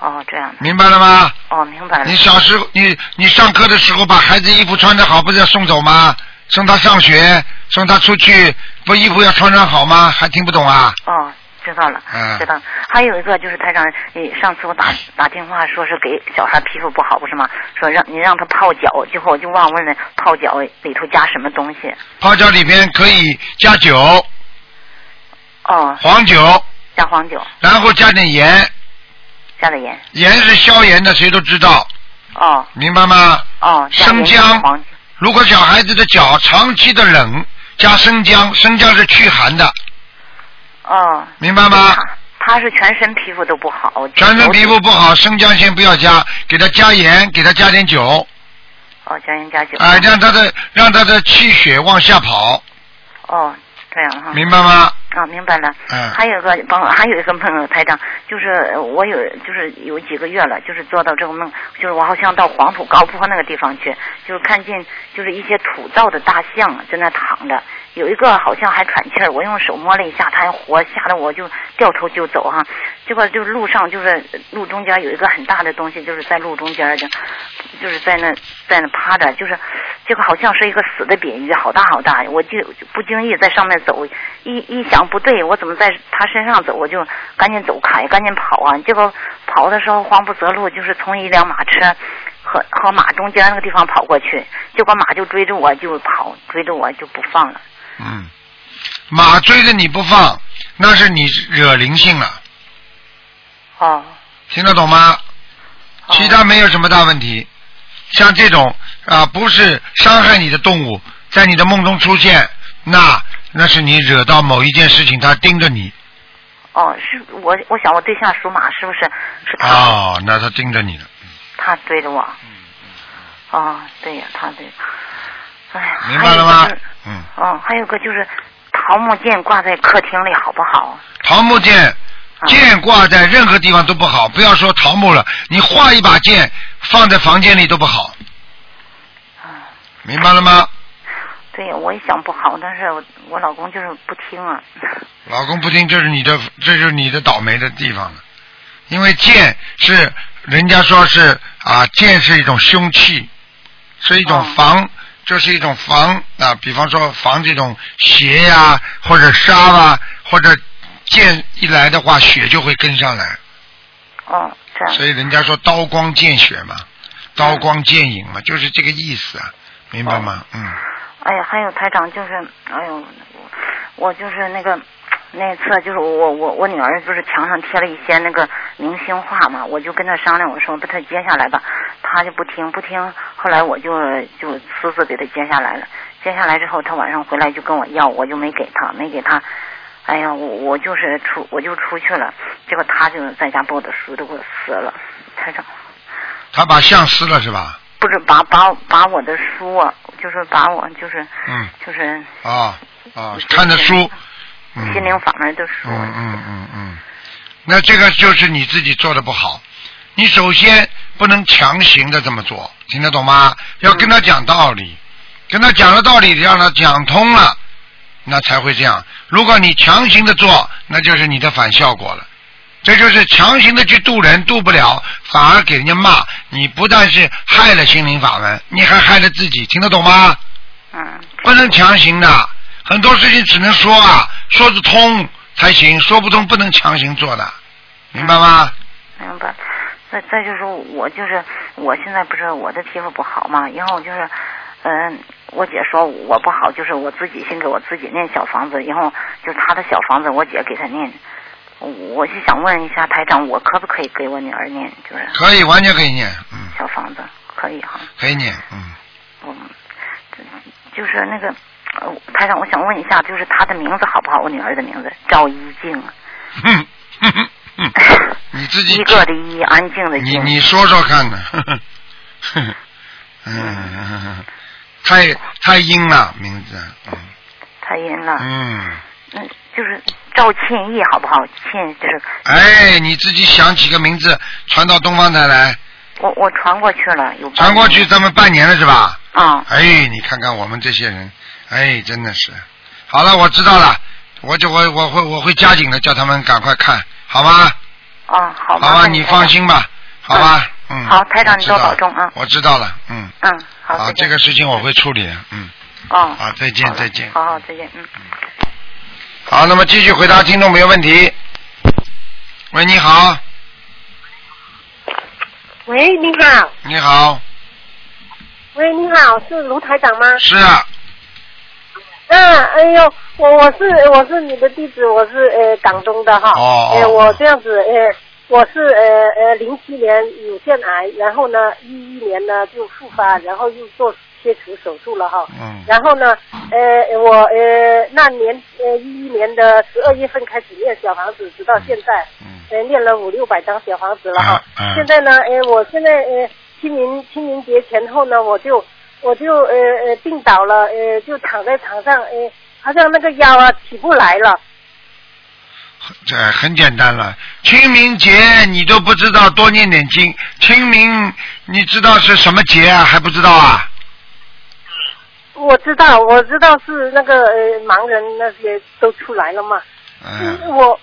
I: 哦这样的，
B: 明白了吗？
I: 哦明白了
B: 你，小时候，你你上课的时候把孩子衣服穿得好，不是要送走吗？送他上学，送他出去，不衣服要穿上好吗？还听不懂啊？
I: 哦，知道了，
B: 嗯
I: 知道了。还有一个就是台长，你上次我打
B: 哎
I: 打电话说是给小孩皮肤不好，不是吗？说让你让他泡脚，结果我就忘问了泡脚里头加什么东西。
B: 泡脚里边可以加酒，
I: 哦，
B: 黄酒，
I: 加黄酒，
B: 然后加点盐，
I: 加的盐。
B: 盐是消炎的，谁都知道，
I: 哦
B: 明白吗？
I: 哦，加
B: 生
I: 盐
B: 姜
I: 黄酒。
B: 如果小孩子的脚长期的冷，加生姜，生姜是祛寒的，
I: 哦，
B: 明白吗？
I: 他他是全身皮肤都不好。
B: 全身
I: 头
B: 皮肤不好，生姜先不要加，给他加盐，给他加点酒，
I: 哦，加盐加酒。
B: 哎、让他的让他的气血往下跑，
I: 哦，这样哈。
B: 明白吗？
I: 啊，明白了。
B: 嗯
I: 还有个帮，还有一个梦，台长，就是呃我有，就是有几个月了，就是做到这个梦，就是我好像到黄土高坡那个地方去，就是看见就是一些土造的大象在那躺着，有一个好像还喘气儿，我用手摸了一下，它还活，吓得我就掉头就走哈、结果就是路上就是呃路中间有一个很大的东西，就是在路中间就就是在那在那趴着，就是结果好像是一个死的鳊鱼，好大好大。我就就不经意在上面走，一一想不对，我怎么在他身上走，我就赶紧走开，赶紧跑啊！结果跑的时候慌不择路，就是从一辆马车和和马中间那个地方跑过去，结果马就追着我就跑，追着我就不放了。
B: 嗯，马追着你不放，那是你惹灵性了，
I: 哦，
B: 听得懂吗？
I: 哦
B: 其他没有什么大问题，像这种啊、不是伤害你的动物，在你的梦中出现，那那是你惹到某一件事情，它盯着你，
I: 哦，是我我想我对象属马，是不是是他？
B: 哦，那它盯着你了，
I: 他追着我。
B: 嗯
I: 哦，对呀、他对。哎呀，
B: 明嗯白了吗
I: 还有一个就是？
B: 嗯，
I: 哦，还有个就是桃木剑挂在客厅里好不好？
B: 桃木剑。
I: 啊、
B: 剑挂在任何地方都不好，不要说桃木了，你画一把剑放在房间里都不好，
I: 啊
B: 明白了吗？
I: 对，我也想不好，但是我我老公就是不听啊。
B: 老公不听，这是你的，这就是你的倒霉的地方了。因为剑是人家说是啊，剑是一种凶器，是一种
I: 哦
B: 防，这是一种防啊，比方说防这种邪呀、或者杀啊，或者剑一来的话，血就会跟上来。
I: 哦，这样
B: 所以人家说刀光剑血嘛，刀光剑影
I: 嗯
B: 嘛，就是这个意思啊，明白吗？嗯，
I: 哎呀，还有台长，就是，哎呦，我就是那个那次就是我我我女儿不是墙上贴了一些那个明星画嘛，我就跟她商量，我说把她揭下来吧，她就不听不听，后来我就就私自给她揭下来了，揭下来之后，她晚上回来就跟我要，我就没给她，没给她。哎呀，我我就是出我就出去了，结果她就在家把我的书都给我撕了，台长。
B: 他把相撕了是吧？
I: 不是把把把我的书，啊，就是把我就是，
B: 嗯
I: 就是
B: 啊、啊、看的书，嗯
I: 心灵法门的书，
B: 嗯嗯嗯嗯，那这个就是你自己做的不好。你首先不能强行的这么做，听得懂吗？要跟他讲道理。跟他讲了道理，让他讲通了，那才会这样。如果你强行的做，那就是你的反效果了。这就是强行的去渡人，渡不了，反而给人家骂。你不但是害了心灵法门，你还害了自己，听得懂吗？
I: 嗯，
B: 不能强行的，很多事情只能说啊，说得通才行，说不通不能强行做的，明白吗？
I: 明白。再再就是说我就是我现在不是我的皮肤不好嘛，然后就是，嗯、我姐说我不好，就是我自己先给我自己念小房子，然后就是她的小房子我姐给她念。我我就想问一下台长，我可不可以给我女儿念？就是
B: 可以，完全可以念，嗯，
I: 小房子可以哈，
B: 可以念， 嗯，
I: 嗯，就是那个呃台长，我想问一下，就是她的名字好不好？我女儿的名字赵一静，啊
B: 哼哼哼哼，你自己
I: 嗯一个的一，安静的
B: 你
I: 静。
B: 你说说看呢？ 呵呵呵呵嗯，太太阴了名字，嗯
I: 太阴了，
B: 嗯，
I: 嗯，就是赵倩义好不好？倩就是
B: 哎，你自己想几个名字传到东方台来，
I: 我我传过去了，有
B: 传过
I: 嗯
B: 去咱们半年了是吧？
I: 啊、
B: 哎，你看看我们这些人，哎，真的是。好了，我知道了，我就我我会我会加紧的，叫他们赶快看，好吗？
I: 啊、好麻
B: 好吧，
I: 烦
B: 你
I: 台长
B: 放心吧，好吧，嗯。
I: 好台长
B: 我知道
I: 你多保重啊
B: 我知道了，嗯。
I: 嗯，好，
B: 好，
I: 再见
B: 这个事情我会处理的，嗯。
I: 哦，
B: 好，再见，再见。
I: 好好，再见，嗯。
B: 好，那么继续回答听众朋友问题。喂，你好，
J: 喂，你好，
B: 你好，
J: 喂，你好，是卢台长吗？
B: 是啊，
J: 啊，哎呦，我我是我是你的弟子，我是呃广东的哈，
B: 哦
J: 呃我这样子呃我是呃呃零七年乳腺癌，然后呢一一年呢就复发，然后又做切除手术了哈，
B: 嗯
J: 然后呢呃我呃那年呃一一年的十二月份开始念小房子，直到现在，
B: 嗯
J: 呃念了五六百张小房子了哈，
B: 嗯
J: 现在呢呃我现在呃清明清明节前后呢我就。我就呃呃病倒了，呃就躺在床上，呃好像那个腰啊起不来了。
B: 这很简单了。清明节你都不知道，多念点经。清明你知道是什么节啊？还不知道啊？
J: 我知道，我知道是那个呃盲人那些都出来了嘛。
B: 嗯，
J: 我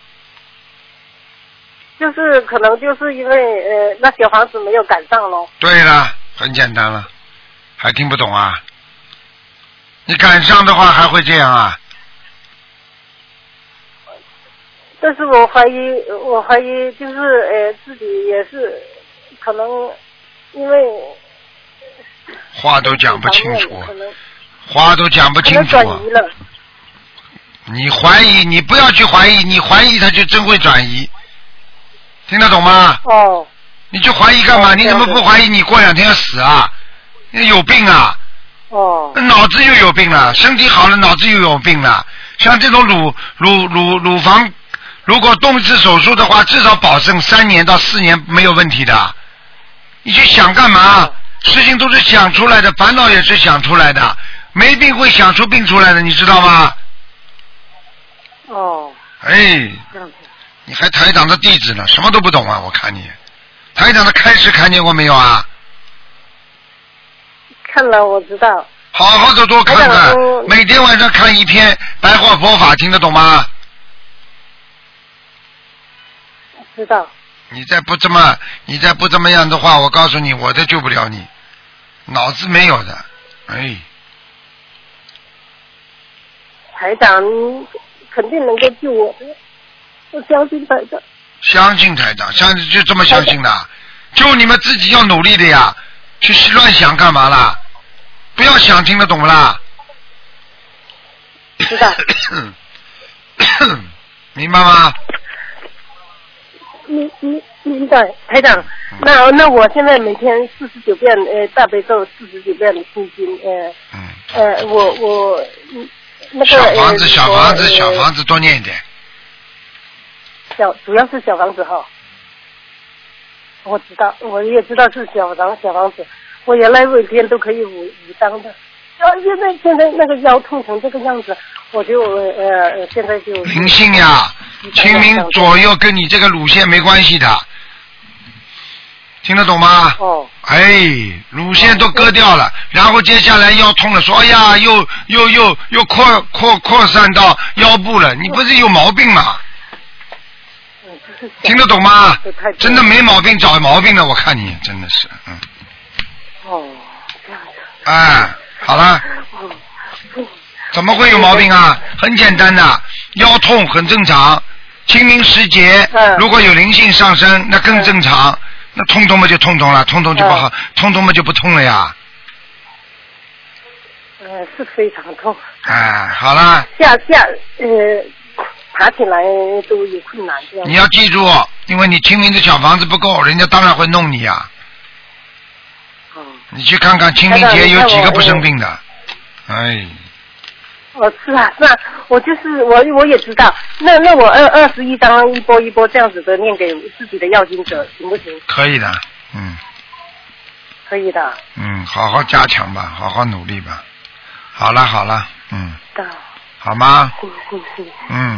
J: 就是可能就是因为呃那小房子没有赶上咯。
B: 对了，很简单了，还听不懂啊？你赶上的话还会这样啊？
J: 但是我怀疑，我怀疑就是呃自己也是可能因为
B: 话都讲不清
J: 这方
B: 楚啊
J: 面可，能
B: 话都讲不
J: 可
B: 清
J: 能
B: 楚
J: 转
B: 啊。
J: 移了。
B: 你怀疑，你不要去怀疑，你怀疑他就真会转移，听得懂吗？
J: 哦，
B: 你去怀疑干嘛？
J: 哦
B: 你怎么
J: 这
B: 不
J: 样子
B: 怀疑？你过两天要死啊？你有病啊？
J: 哦，
B: 脑子又有病了，身体好了，脑子又有病了。像这种乳乳乳乳房，如果动一次手术的话，至少保证三年到四年没有问题的。你去想干嘛？
J: 哦
B: 事情都是想出来的，烦恼也是想出来的，没病会想出病出来的，你知道吗？
J: 哦，
B: 哎，
J: 这样子。
B: 你还台长的弟子呢，什么都不懂啊！我看你，台长的开始看见过没有啊？
J: 看了我知道。
B: 好好的多看
J: 台
B: 看
J: 长我，
B: 每天晚上看一篇白话佛法，听得懂吗？
J: 知道。
B: 你再不这么，你再不这么样的话，我告诉你，我都救不了你，脑子没有的。哎，
J: 台长您肯定能够救我的，我相信台长。
B: 相信台长，相信就这么相信的，就你们自己要努力的呀，去乱想干嘛啦？不要想，听得懂不啦？
J: 知道
B: 明白吗？
J: 明明明白，台长。
B: 嗯
J: 那那我现在每天四十九遍呃大悲咒，四十九遍心经，呃
B: 嗯。
J: 呃，我我嗯那个
B: 小房子，
J: 呃
B: 小房子，
J: 我
B: 小
J: 呃
B: 房子，多念一点。
J: 小主要是小房子哈。我知道，我也知道是小房小房子，我原来每天都可以五五张的。然后现在现在那个腰痛成这个样子，我就呃呃现在就
B: 灵性呀，清明左右跟你这个乳腺没关系的，听得懂吗？
J: 哦
B: 哎，乳腺都割掉了，然后接下来腰痛了，说哎呀，又又又又扩扩扩散到腰部了，你不是有毛病吗？听得懂吗？
J: 哦
B: 真的没毛病，找毛病了，我看你真的是，嗯，
J: 哦，
B: 哎，好了，
J: 嗯
B: 怎么会有毛病 啊？很简单的，腰痛很正常，清明时节如果有灵性上升，那更正常，那痛痛嘛就痛痛了，痛痛就不好，痛痛嘛就不痛了呀，
J: 嗯，是非常痛，
B: 哎，好了，
J: 下下呃，爬起来都有困难这样。
B: 你要记住，因为你清明的小房子不够，人家当然会弄你呀。嗯你去看看清明节有几个不生病的，哎。
J: 哦，是啊，那我就是我我也知道，那那我二二十一张一波一波这样子的念给自己的要经者行不行？
B: 可以的，嗯
J: 可以的，
B: 嗯，好好加强吧，好好努力吧。好了好了，嗯，
J: 的，
B: 好吗？
J: 嗯嗯嗯，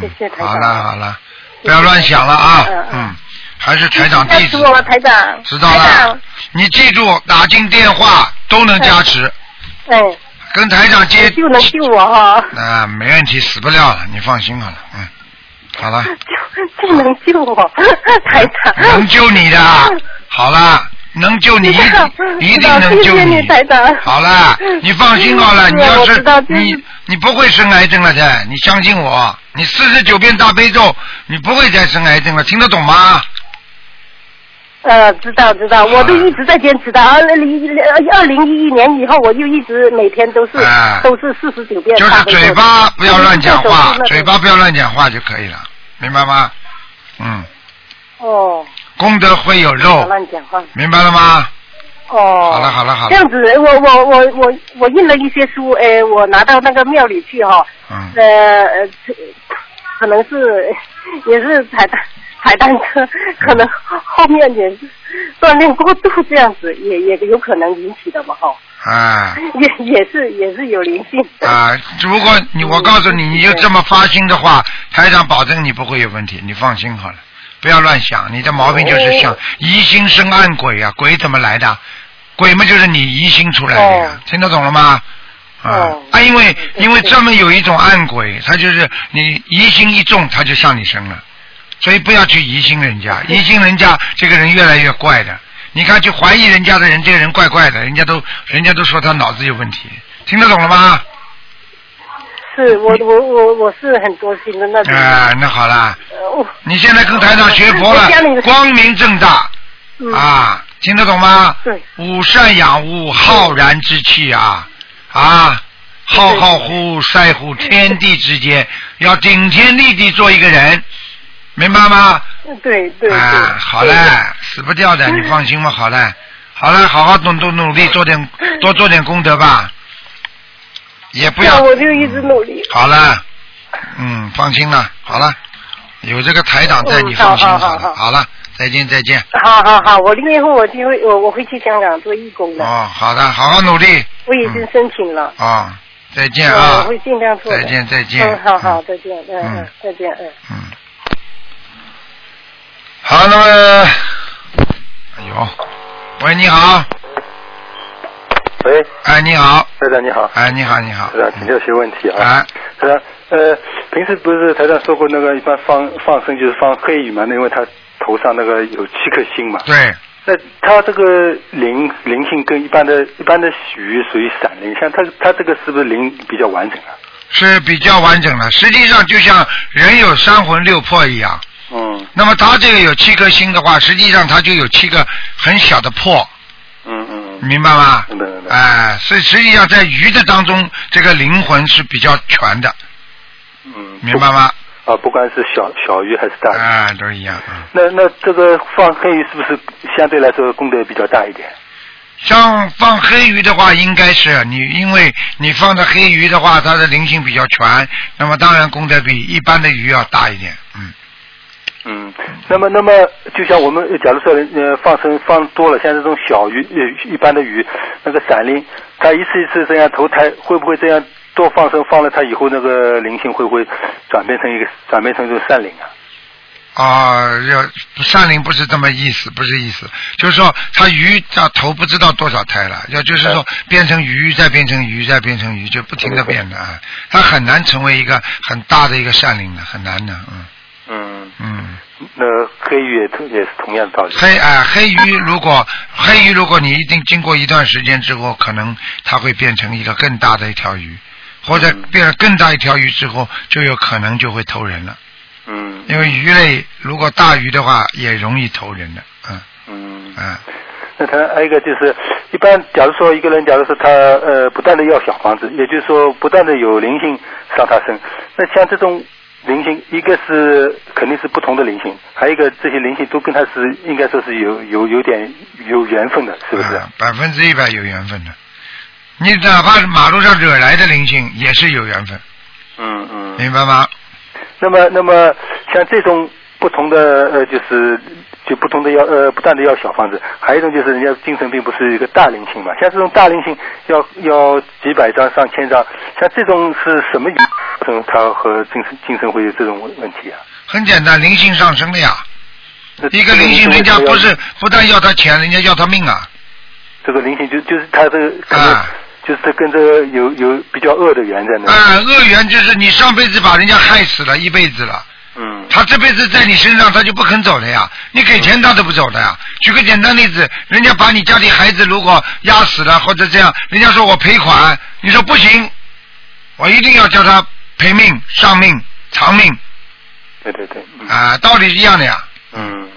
B: 嗯
J: 谢谢，台长
B: 好了好了，不要乱想了啊
J: 嗯，
B: 嗯，还是台长
J: 那
B: 弟
J: 是
B: 子，
J: 我台长，
B: 知道了。你记住，打进电话都能加持，
J: 哎，
B: 跟台长接
J: 就能救我哈、
B: 啊，没问题，死不了了，你放心好了，嗯，好 了，
J: 就能救我， 台长。
B: 能救你的，啊好了，能救 你一定一定能
J: 谢
B: 救
J: 谢你，台长。
B: 好了，你放心好了，
J: 是
B: 你要
J: 我
B: 是
J: 知道就是
B: 你你不会生癌症了的，你相信我，你四十九遍大悲咒，你不会再生癌症了，听得懂吗？
J: 呃，知道知道，我都一直在坚持的。二零二零一一年以后，我就一直每天都是、
B: 哎
J: 都是四十九遍
B: 就是
J: 大悲咒。
B: 嘴巴不要乱讲话
J: 就是那，种
B: 嘴巴不要乱讲话就可以了，明白吗？嗯，
J: 哦，
B: 功德会有
J: 不要
B: 肉，嗯
J: 乱讲话。
B: 明白了吗？
J: 哦。
B: 好了好了好
J: 这
B: 了，
J: 样子，我我我我我印了一些书，哎、我拿到那个庙里去哈、
B: 嗯，
J: 呃呃，可能是 也是踩单踩单车，可能后面也是锻炼过度这样子，也也有可能引起的嘛哈，
B: 啊。
J: 也也是也是有灵性。
B: 啊、如果你我告诉你，你就这么发心的话，台长保证你不会有问题，你放心好了，不要乱想，你的毛病就是想
J: 哦
B: 疑心生暗鬼啊，鬼怎么来的？鬼嘛就是你疑心出来的呀，听得懂了吗？啊、啊，因为因为专门有一种暗鬼，他就是你疑心一重，他就上你身了，所以不要去疑心人家，疑心人家这个人越来越怪的。你看，去怀疑人家的人，这个人怪怪的，人家都人家都说他脑子有问题，听得懂了吗？
J: 是我我我我是很多心 的那种。
B: 啊、那好啦，
J: 呃我
B: 你现在跟台长学佛了
J: 我家里，
B: 光明正大
J: 嗯
B: 啊，听得懂吗？
J: 对。
B: 五善养物，浩然之气啊啊，浩浩乎塞乎天地之间，要顶天立地做一个人，明白吗？
J: 对对对。嗯
B: 啊，好嘞，死不掉的，你放心吧，好嘞，好嘞，好好努努努力，做点
J: 嗯
B: 多做点功德吧，也不要
J: 那我就一直努力。
B: 好了，嗯，放心了，好了，有这个台长在，
J: 嗯
B: 你放心
J: 好
B: 好
J: 好
B: 了，
J: 好
B: 好了，再见再见。
J: 好好好，我六月份我就会我我会去香港做义工的，
B: 哦，好的，好好努力
J: 我已经申请了，
B: 哦，再见
J: 嗯我
B: 啊，
J: 会尽量做的。
B: 再见再见
J: 嗯，好好，再见，嗯
B: 嗯
J: 嗯，再见，嗯。
B: 好，那么，哎呦，喂，你好，
K: 喂，
B: 哎，你好，
K: 台长你好，
B: 哎，你好，你好，
K: 台长请教些问题啊。
B: 哎，
K: 台长，呃，平时不是台长说过那个一般放放生就是放黑鱼嘛，那因为他头上那个有七颗星嘛。
B: 对，
K: 那他这个灵灵性跟一般的一般的鱼属于散灵，像他他这个是不是灵比较完整啊？
B: 是比较完整的，实际上就像人有三魂六魄一样，
K: 嗯
B: 那么他这个有七颗星的话，实际上他就有七个很小的魄，
K: 嗯嗯
B: 明白吗？
K: 明白明白
B: 哎、所以实际上在鱼的当中，这个灵魂是比较全的，
K: 嗯，
B: 明白吗？
K: 啊，不管是小小鱼还是大鱼，
B: 哎、都一样。嗯
K: 那那这个放黑鱼是不是相对来说功德比较大一点？
B: 像放黑鱼的话，应该是你，因为你放的黑鱼的话，它的灵性比较全，那么当然功德比一般的鱼要大一点。嗯，
K: 嗯，那么那么，就像我们呃假如说呃放生放多了，像这种小鱼呃一般的鱼，那个闪灵，它一次一次这样投胎，会不会这样多放生放了它以后那个灵性会不会转变成一个转变成一种善灵啊？
B: 啊，要善灵不是这么意思，不是意思，就是说他鱼啊头不知道多少胎了，要就是说变成鱼，再变成鱼，再变成鱼，就不停的变的啊，他很难成为一个很大的一个善灵的，很难的，嗯。
K: 嗯
B: 嗯，
K: 那黑鱼也同也是同样的道理。
B: 黑啊、黑鱼如果黑鱼如果你一定经过一段时间之后，可能它会变成一个更大的一条鱼，或
K: 嗯
B: 者变成更大一条鱼之后，就有可能就会投人了。
K: 嗯
B: 因为鱼类如果大鱼的话，也容易投人的。嗯
K: 嗯
B: 嗯，
K: 那他还有一个就是，一般假如说一个人，假如说他呃不断的要小房子，也就是说不断的有灵性上他身，那像这种灵性，一个是肯定是不同的灵性，还有一个这些灵性都跟他是应该说是有有有点有缘分的，是不是？
B: 百分之一百有缘分的。你哪怕是马路上惹来的灵性，也是有缘分，
K: 嗯嗯。
B: 明白吗？
K: 那么那么像这种不同的呃就是。就不同的要呃，不断的要小房子，还有一种就是人家精神病不是一个大灵性嘛，像这种大灵性要要几百张上千张，像这种是什么原因造成他和精神精神会有这种问题啊？
B: 很简单，灵性上升了呀。一个
K: 这个
B: 灵性，
K: 灵性
B: 人家
K: 为什么
B: 不
K: 要
B: 是不但要他钱，人家要他命啊。
K: 这个灵性就就是他这个可能、就是他跟这个有有比较恶的缘在那里。
B: 啊，恶缘就是你上辈子把人家害死了一辈子了。
K: 嗯。
B: 他这辈子在你身上，他就不肯走的呀。你给钱他都不走的呀。举个简单例子，人家把你家里孩子如果压死了或者这样，人家说我赔款，你说不行，我一定要叫他赔命、上命、偿命
K: 对对对，
B: 啊，道理是一样的呀。
K: 嗯。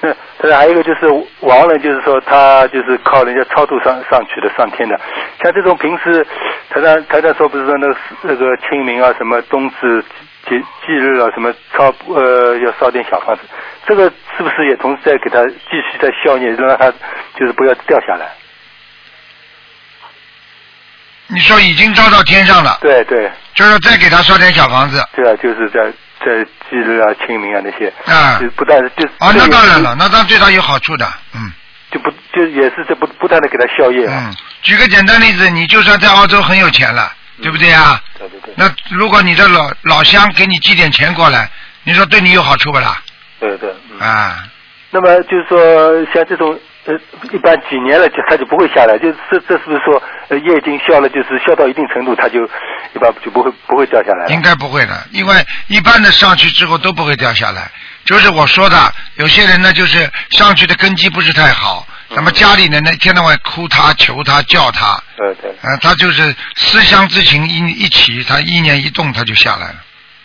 K: 那但是还有一个就是亡人，就是说他就是靠人家超度上上去的上天的，像这种平时台长台长说不是说那个那个清明啊什么冬至节忌日啊什么超呃要烧点小房子，这个是不是也同时在给他继续在消孽，让他就是不要掉下来？
B: 你说已经招到天上了，
K: 对对，
B: 就是再给他烧点小房子。
K: 对啊，就是在在忌日啊清明啊那些，
B: 啊
K: 就是不但是就是
B: 哦，那当然了，那当然对他有好处的。
K: 就不就也是这不不断的给他消业嘛。
B: 嗯，举个简单例子，你就算在澳洲很有钱了，对不对啊？
K: 对对对。
B: 那如果你的老老乡给你寄点钱过来，你说对你有好处不啦？
K: 对对。嗯
B: 啊，
K: 那么就是说，像这种呃，一般几年了就它就不会下来，就是这这是不是说呃业已经消了，就是消到一定程度，它就一般就不会不会掉下来了。
B: 应该不会的，因为一般的上去之后都不会掉下来。就是我说的，有些人呢，就是上去的根基不是太好，那么家里人呢，一天到晚哭他、求他、叫他，
K: 对对，
B: 啊，他就是思乡之情一一起，他意念一动，他就下来了，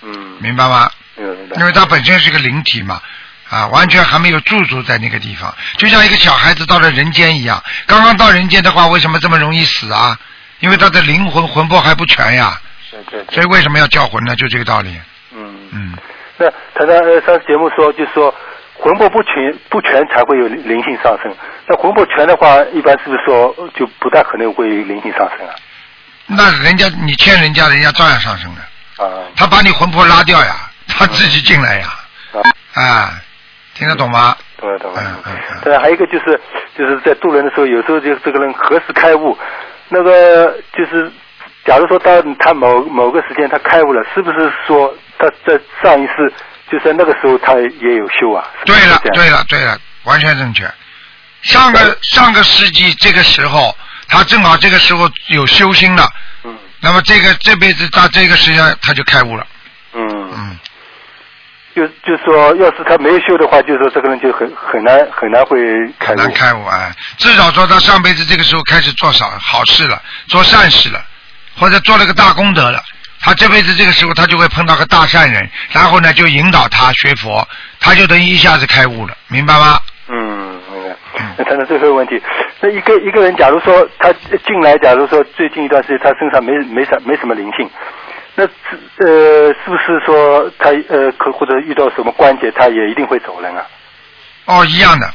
K: 嗯，
B: 明白吗？
K: 明白明白。
B: 因为他本身是个灵体嘛，啊，完全还没有驻足在那个地方，就像一个小孩子到了人间一样。刚刚到人间的话，为什么这么容易死啊？因为他的灵魂魂魄还不全呀，
K: 对对对。
B: 所以为什么要叫魂呢？就这个道理。
K: 嗯
B: 嗯，
K: 那谈到呃上次节目说，就是说魂魄不全不全才会有灵灵性上升，那魂魄全的话，一般是不是说呃就不大可能会灵性上升啊？
B: 那人家你欠人家，人家照样上升的。
K: 啊。
B: 他把你魂魄拉掉呀，他自己进来呀。
K: 啊。
B: 啊，听得懂吗？啊
K: 懂了
B: 嗯
K: 懂了。对，啊还有一个就是就是在渡人的时候，有时候就这个人何时开悟，那个就是假如说他他某某个时间他开悟了，是不是说他在上一世就在那个时候他也有修啊？
B: 对了，对了，对了，完全正确。上个上个世纪这个时候，他正好这个时候有修心了。
K: 嗯。
B: 那么这个这辈子到这个时间他就开悟了。
K: 嗯
B: 嗯。
K: 就就说，要是他没有修的话，就说这个人就很很难很难会开悟。
B: 难开悟啊！至少说他上辈子这个时候开始做少好事了，做善事了，或者做了个大功德了。他这辈子这个时候他就会碰到个大善人，然后呢就引导他学佛，他就等于一下子开悟了，明白吗？
K: 嗯，明白。那谈到最后一个问题，那一个一个人，假如说他进来，假如说最近一段时间他身上没没啥没什么灵性，那是呃是不是说他呃可或者遇到什么关节，他也一定会走人啊？
B: 哦，一样的。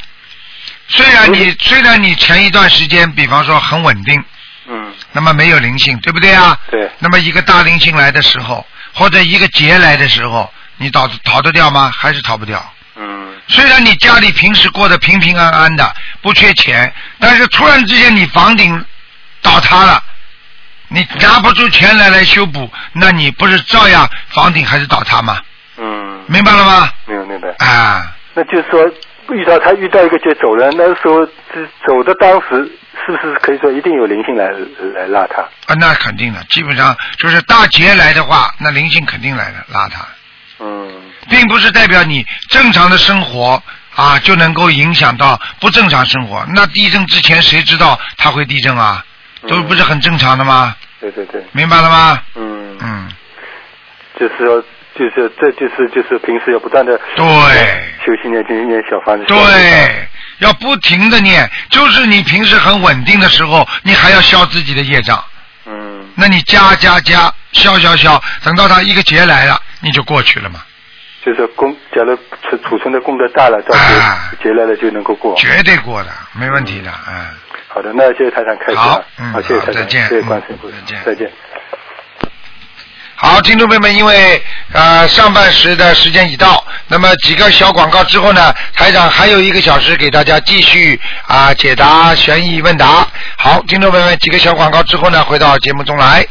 B: 虽然你虽然你前一段时间，比方说很稳定，
K: 嗯，
B: 那么没有灵性，对不对啊？
K: 对。
B: 那么一个大灵性来的时候，或者一个劫来的时候，你逃逃得掉吗？还是逃不掉？
K: 嗯
B: 虽然你家里平时过得平平安安的，不缺钱，但是突然之间你房顶倒塌了，你拿不出钱来来修补，那你不是照样房顶还是倒塌吗？
K: 嗯，
B: 明白了吗？
K: 没有没有。明白。
B: 啊。
K: 那就是说，遇到他遇到一个就走人，那时候这走的当时是不是可以说一定有灵性来来拉他？
B: 啊，那肯定的，基本上就是大劫来的话，那灵性肯定来了，拉他。
K: 嗯。
B: 并不是代表你正常的生活啊就能够影响到不正常生活。那地震之前谁知道它会地震啊？都不是很正常的吗？
K: 对对对。
B: 明白了吗？
K: 嗯。
B: 嗯。
K: 就是要，就是这就是就是平时要不断的
B: 对
K: 修心念经念小房子。
B: 对，要不停的念，就是你平时很稳定的时候，你还要消自己的业障。
K: 嗯。
B: 那你加加加，消消消，等到它一个劫来了，你就过去了嘛，
K: 就是功，假如储储存的功德大了，到时候劫来了就能够过。
B: 啊绝对过的，没问题的，嗯。
K: 好的，那谢谢台长开始
B: 好
K: 啊，
B: 嗯
K: 好，谢谢
B: 好
K: 台长，
B: 再见
K: 谢谢
B: 嗯
K: 观世音菩萨，再见。
B: 好，听众朋友们，因为呃上半时的时间已到，那么几个小广告之后呢，台长还有一个小时给大家继续啊、解答悬疑问答。好，听众朋友们，几个小广告之后呢，回到节目中来。